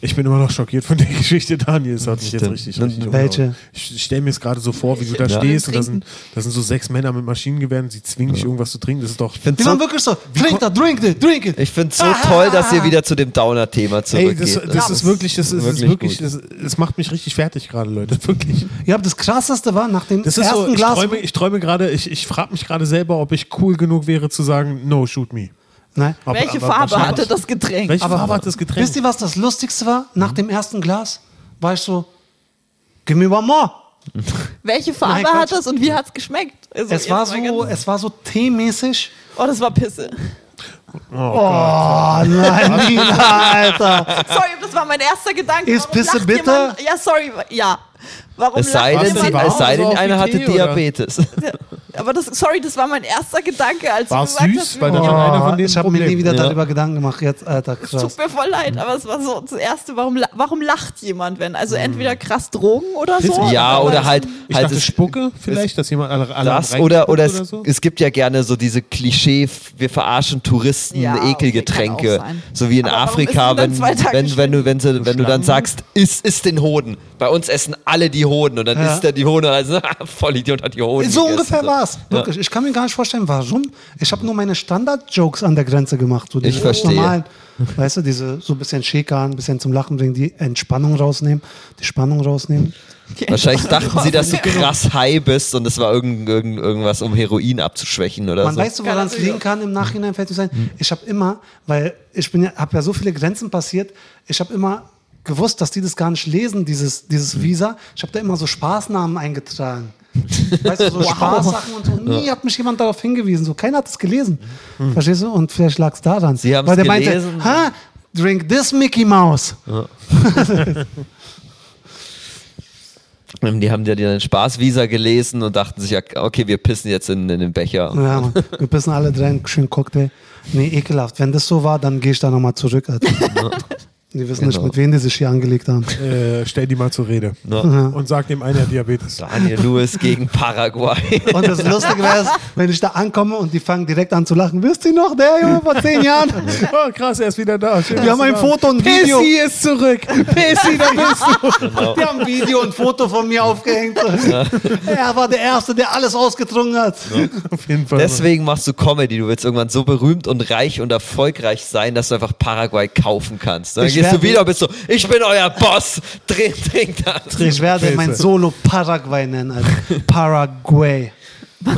Ich bin immer noch schockiert von der Geschichte, Daniel. Es hat mich jetzt Stimmt. richtig, richtig umgehauen. Welche? Ich stelle mir es gerade so vor, wie du da Ja. stehst und da sind, da sind so sechs Männer mit Maschinengewehren, sie zwingen dich irgendwas zu trinken. Das ist doch. Die waren wirklich so, trink das, drink das, drink das. Ich finde es so toll, dass ihr wieder zu dem Downer-Thema Ey, zurückgeht. Ah. das, das ist wirklich, das ist wirklich, das, das macht mich richtig fertig gerade, Leute. Wirklich. Ja, aber das krasseste war, nach dem Das ist ersten so, ich Glas. träume, ich träume gerade, ich, ich frage mich gerade selber, ob ich cool genug wäre zu sagen, no, shoot me. Nein. Ob- Welche aber Farbe wahrscheinlich- hatte das Getränk? Welche Farbe hat das Getränk? Wisst ihr, was das Lustigste war? Nach dem ersten Glas war ich so, give me one more. Welche Farbe Nein, hat Quatsch. das und wie hat's geschmeckt? Also Es jetzt mal war so, ganz- es war so teemäßig. oh, das war Pisse. Oh nein, Nina, Alter. Sorry, das war mein erster Gedanke. Ist Warum Pisse lacht bitter? jemand- Ja, sorry, ja. Warum Es sei lacht denn, sie jemand- war es sei so denn auf einer die hatte Idee, oder? Diabetes. Aber das, sorry, das war mein erster Gedanke, als War du gesagt süß, hast, weil dann Oh, hat einer von denen ich habe mir Problem. nie wieder Ja. darüber Gedanken gemacht. Jetzt, Alter, es tut krass. mir voll leid, aber es war so das Erste, warum, la- warum lacht jemand, wenn? Also entweder Hm. krass Drogen oder so. Ja, aber- oder halt, Ich halt dachte, es- Spucke vielleicht, dass jemand alle, alle das am oder, reinspuckt oder, es, so? es gibt ja gerne so diese Klischee, wir verarschen Touristen, Ja, okay, Ekelgetränke, kann auch sein. so wie in Aber warum Afrika, ist denn dann wenn, zwei Tage wenn, wenn, du, wenn, sie, wenn du Schlangen? dann sagst, iss, iss den Hoden. Bei uns essen alle die Hoden und dann Ja. isst er die Hoden und also, voll Idiot hat die Hoden. So gegessen. ungefähr war's. Wirklich. Ich kann mir gar nicht vorstellen, warum. Ich habe nur meine Standard-Jokes an der Grenze gemacht. So diese Ich verstehe. normalen, Weißt du, diese so ein bisschen schäkern, ein bisschen zum Lachen bringen, die Entspannung rausnehmen, die Spannung rausnehmen. Wahrscheinlich dachten sie, dass du krass high bist und es war irgend, irgend, irgendwas, um Heroin abzuschwächen oder Man so. weiß so, woran es liegen kann. Im Nachhinein fällt es sein. Mhm. Ich habe immer, weil ich bin ja, habe ja so viele Grenzen passiert. Ich habe immer gewusst, dass die das gar nicht lesen, dieses, Mhm. dieses Visa. Ich habe da immer so Spaßnamen eingetragen. Weißt du, so Spaßsachen und so. Nie hat mich jemand darauf hingewiesen. So, keiner hat es gelesen. Verstehst du? Und vielleicht lag es daran. Mhm. Sie haben's Weil der gelesen. meinte, ha, drink this Mickey Mouse. Ähm, Die haben ja den Spaßvisa gelesen und dachten sich, ja, okay, wir pissen jetzt in, in den Becher. Ja, Mann. wir pissen alle drein, schön Cocktail. Nee, ekelhaft. Wenn das so war, dann gehe ich da nochmal zurück. Alter. Die wissen nicht, Genau. mit wem die sich hier angelegt haben. äh, stell die mal zur Rede. Ne? Und sag dem einen, er hat Diabetes. Daniel Lewis gegen Paraguay. Und das Lustige wäre es, wenn ich da ankomme und die fangen direkt an zu lachen. Wisst ihr noch, der Junge vor zehn Jahren? Oh, krass, er ist wieder da. Schön, Wir haben ein Foto und ein Video. Pessi ist zurück. Pessi, da bist du. Die haben ein Video und ein Foto von mir aufgehängt. Er war der Erste, der alles ausgetrunken hat. Auf jeden Fall. Deswegen machst du Comedy. Du willst irgendwann so berühmt und reich und erfolgreich sein, dass du einfach Paraguay kaufen kannst. Dann Ich gehst du werde- wieder und bist so, ich bin euer Boss. Trink, trink das. Ich werde mein Solo Paraguay nennen. Alter. Paraguay.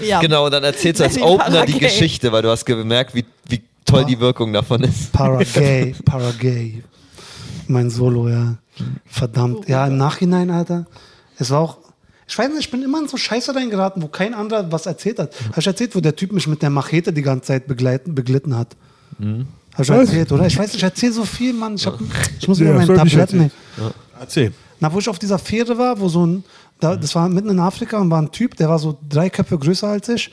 ja. Genau, und dann erzählst du als Die Opener die Paraguay. Geschichte, weil du hast gemerkt, wie, wie toll die Wirkung davon ist. Paraguay. Paraguay. Mein Solo, ja. Verdammt. Ja, im Nachhinein, Alter. Es war auch. Ich weiß nicht, ich bin immer in so Scheiße reingeraten, wo kein anderer was erzählt hat. Hast du erzählt, wo der Typ mich mit der Machete die ganze Zeit begleiten, beglitten hat? Hast du erzählt, oder? Ich weiß, ich erzähle so viel, Mann. Ich, hab, ich muss mir Ja, meine soll nicht Tabletten nehmen. erzählen. Erzähl. Na, wo ich auf dieser Fähre war, wo so ein, da, das war mitten in Afrika und war ein Typ, der war so drei Köpfe größer als ich.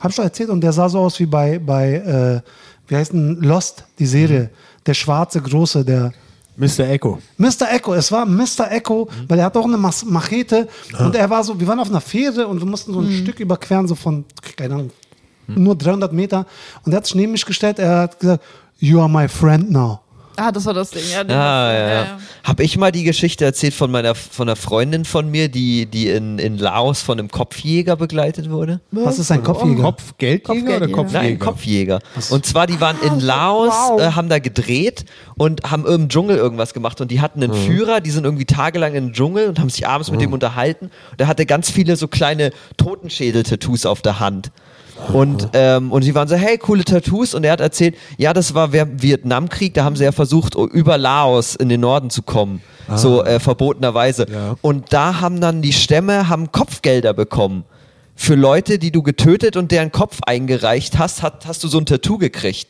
Hab ich doch erzählt und der sah so aus wie bei, bei äh, wie heißt denn Lost, die Serie. Der schwarze Große, der Mr. Echo. Mr. Echo, es war Mr. Echo, weil er hat auch eine Mas Machete und er war so, wir waren auf einer Fähre und wir mussten so ein Stück überqueren, so von, keine Ahnung, nur 300 Meter und er hat sich neben mich gestellt, er hat gesagt, you are my friend now. Ah, das war das Ding, ja. den- Ja, Ah, ja, ja, ja. Hab ich mal die Geschichte erzählt von meiner von einer Freundin von mir, die, die in, in Laos von einem Kopfjäger begleitet wurde? Was ist ein Kopfjäger? Kopfgeldjäger oder Kopfgeldjäger. Kopfjäger? Nein, Kopfjäger. Und zwar, die waren in Laos, Ah, wow. äh, haben da gedreht und haben im Dschungel irgendwas gemacht. Und die hatten einen Führer, die sind irgendwie tagelang in den Dschungel und haben sich abends mit dem unterhalten. Und der hatte ganz viele so kleine Totenschädel-Tattoos auf der Hand. Und, ähm, und sie waren so, hey, coole Tattoos. Und er hat erzählt, ja, das war während Vietnamkrieg, da haben sie ja versucht, o- über Laos in den Norden zu kommen. So äh, verbotenerweise. Ja. Und da haben dann die Stämme haben Kopfgelder bekommen. Für Leute, die du getötet und deren Kopf eingereicht hast, hat, hast du so ein Tattoo gekriegt.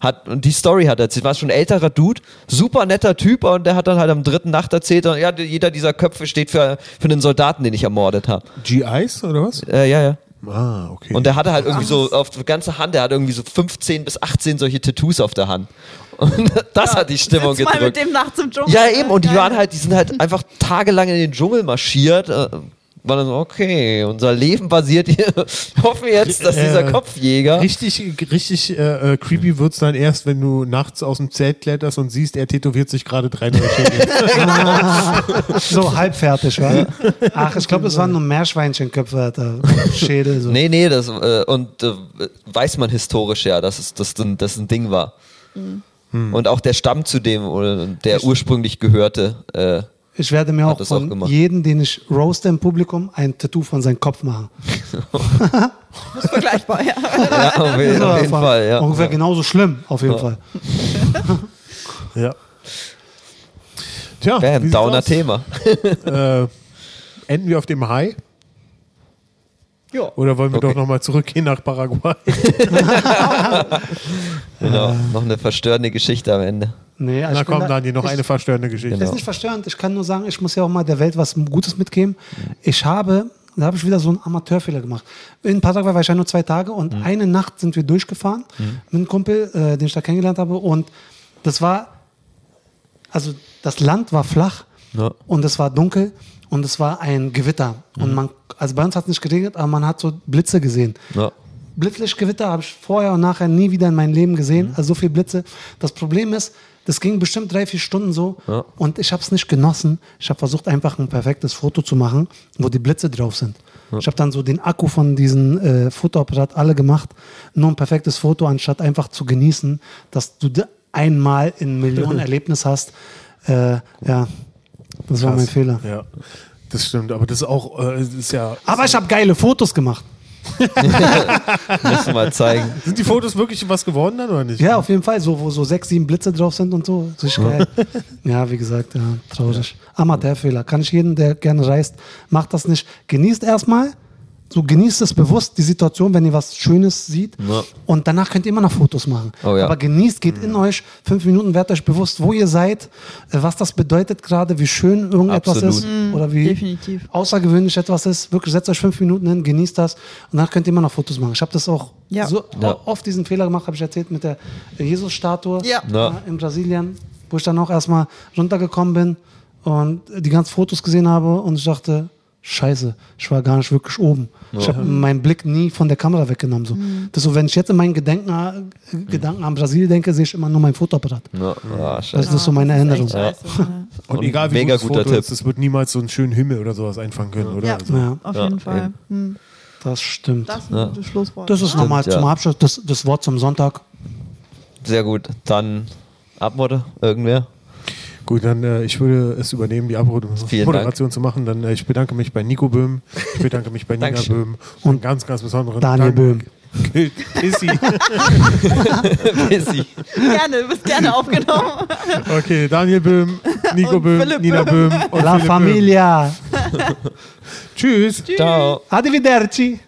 Hat, und die Story hat er erzählt, war schon ein älterer Dude, super netter Typ, und der hat dann halt am dritten Nacht erzählt, ja, jeder dieser Köpfe steht für, für einen Soldaten, den ich ermordet habe. GIs oder was? Äh, ja, ja. Ah, okay. Und der hatte halt irgendwie so auf der ganzen Hand, der hatte irgendwie so 15 bis 18 solche Tattoos auf der Hand. Und das hat die Stimmung Sitz mal mit gedrückt. dem nachts im Dschungel. ne? Ja, eben, und die Geil. waren halt, die sind halt einfach tagelang in den Dschungel marschiert. äh, War dann so, okay, unser Leben basiert hier. Hoffen wir jetzt, dass dieser Äh, Kopfjäger. Richtig, richtig äh, äh, creepy wird's dann erst, wenn du nachts aus dem Zelt kletterst und siehst, er tätowiert sich gerade drei neue Schädel. So halb fertig, wa? Ach, ich glaube, es waren nur Meerschweinchenköpfe, Alter. Schädel. So. Nee, nee, das, äh, und äh, weiß man historisch ja, dass es dass, ein- dass ein Ding war. Hm. Und auch der Stamm zu dem, oder der ursprünglich gehörte. Äh, Ich werde mir Hat auch das auch von gemacht. jedem, den ich roaste im Publikum, ein Tattoo von seinem Kopf machen. Das ist vergleichbar, ja. ja, auf, jeden- auf jeden Fall, genau. ja. Ungefähr genauso schlimm, auf jeden Fall. ja. Tja, wie Bam, sieht's Downer aus? Thema. Äh, enden wir auf dem High? Ja. Oder wollen wir Okay. doch nochmal zurückgehen nach Paraguay? Genau. Noch eine verstörende Geschichte am Ende. Nee, also Na ich bin komm, da- Dani, noch ich- eine verstörende Geschichte. Das ist nicht verstörend. Ich kann nur sagen, ich muss ja auch mal der Welt was Gutes mitgeben. Ich habe, da habe ich wieder so einen Amateurfehler gemacht. In Paraguay war ich ja nur zwei Tage und eine Nacht sind wir durchgefahren mit einem Kumpel, äh, den ich da kennengelernt habe. Und das war, also das Land war flach Ja. und es war dunkel und es war ein Gewitter. Und man, also bei uns hat es nicht geregnet, aber man hat so Blitze gesehen. Ja. Blitzlichtgewitter habe ich vorher und nachher nie wieder in meinem Leben gesehen. Also so viel Blitze. Das Problem ist, das ging bestimmt drei, vier Stunden so Ja. und ich habe es nicht genossen. Ich habe versucht, einfach ein perfektes Foto zu machen, wo die Blitze drauf sind. Ich habe dann so den Akku von diesem äh, Fotoapparat alle gemacht, nur ein perfektes Foto, anstatt einfach zu genießen, dass du d- einmal in Millionen Erlebnis hast. Äh, ja, das war mein Fehler. Ja, das stimmt. Aber das ist auch, äh, das ist ja. Aber ich habe geile Fotos gemacht. Musst du mal zeigen. Sind die Fotos wirklich was geworden dann oder nicht? Ja, auf jeden Fall, so, wo so sechs, sieben Blitze drauf sind und so. Das ist geil. ja, wie gesagt, ja, traurig. Amateurfehler. Kann ich jeden, der gerne reist, macht das nicht. Genießt erstmal, so genießt es bewusst, die Situation, wenn ihr was Schönes sieht. Ja. Und danach könnt ihr immer noch Fotos machen. Oh ja. Aber genießt, geht in euch, fünf Minuten werdet euch bewusst, wo ihr seid, äh, was das bedeutet gerade, wie schön irgendetwas Absolut. ist oder wie Mhm. definitiv. außergewöhnlich etwas ist. Wirklich, setzt euch fünf Minuten hin, genießt das und danach könnt ihr immer noch Fotos machen. Ich habe das auch Ja. so Ja. oft diesen Fehler gemacht, habe ich erzählt, mit der Jesus-Statue Ja. Ja. äh, in Brasilien, wo ich dann auch erstmal runtergekommen bin und die ganzen Fotos gesehen habe und ich dachte, Scheiße, ich war gar nicht wirklich oben. Ich habe meinen Blick nie von der Kamera weggenommen. So. Mhm. Das ist so, wenn ich jetzt in meinen Gedenken, äh, Gedanken an Brasilien denke, sehe ich immer nur mein Fotoapparat. Ja, ah, Das scheiße. ist so meine Das ist Erinnerung. echt scheiße, ne? Und, Und egal wie mega gut das guter Foto Tipp. ist, es wird niemals so einen schönen Himmel oder sowas einfangen können, oder? Ja. Also, Ja, Auf Ja, jeden Fall. eben. Hm. das stimmt. Das ist Ja. ein gutes Schlusswort. Das ist nochmal ja. zum Abschluss das, das Wort zum Sonntag. Sehr gut. Dann Abmorde, irgendwer. Gut, dann äh, ich würde es übernehmen, die Abmoderation Vielen Moderation zu machen. Dann äh, ich bedanke mich bei Nico Böhm, ich bedanke mich bei Nina Dankeschön. Böhm und einen ganz, ganz besonderen Daniel Dank Böhm. gilt Issi. Pissi. gerne, bist gerne aufgenommen. Okay, Daniel Böhm, Nico Und Böhm, Philipp Nina Böhm und La Philipp Böhm. Familia. Tschüss. Ciao. Arrivederci.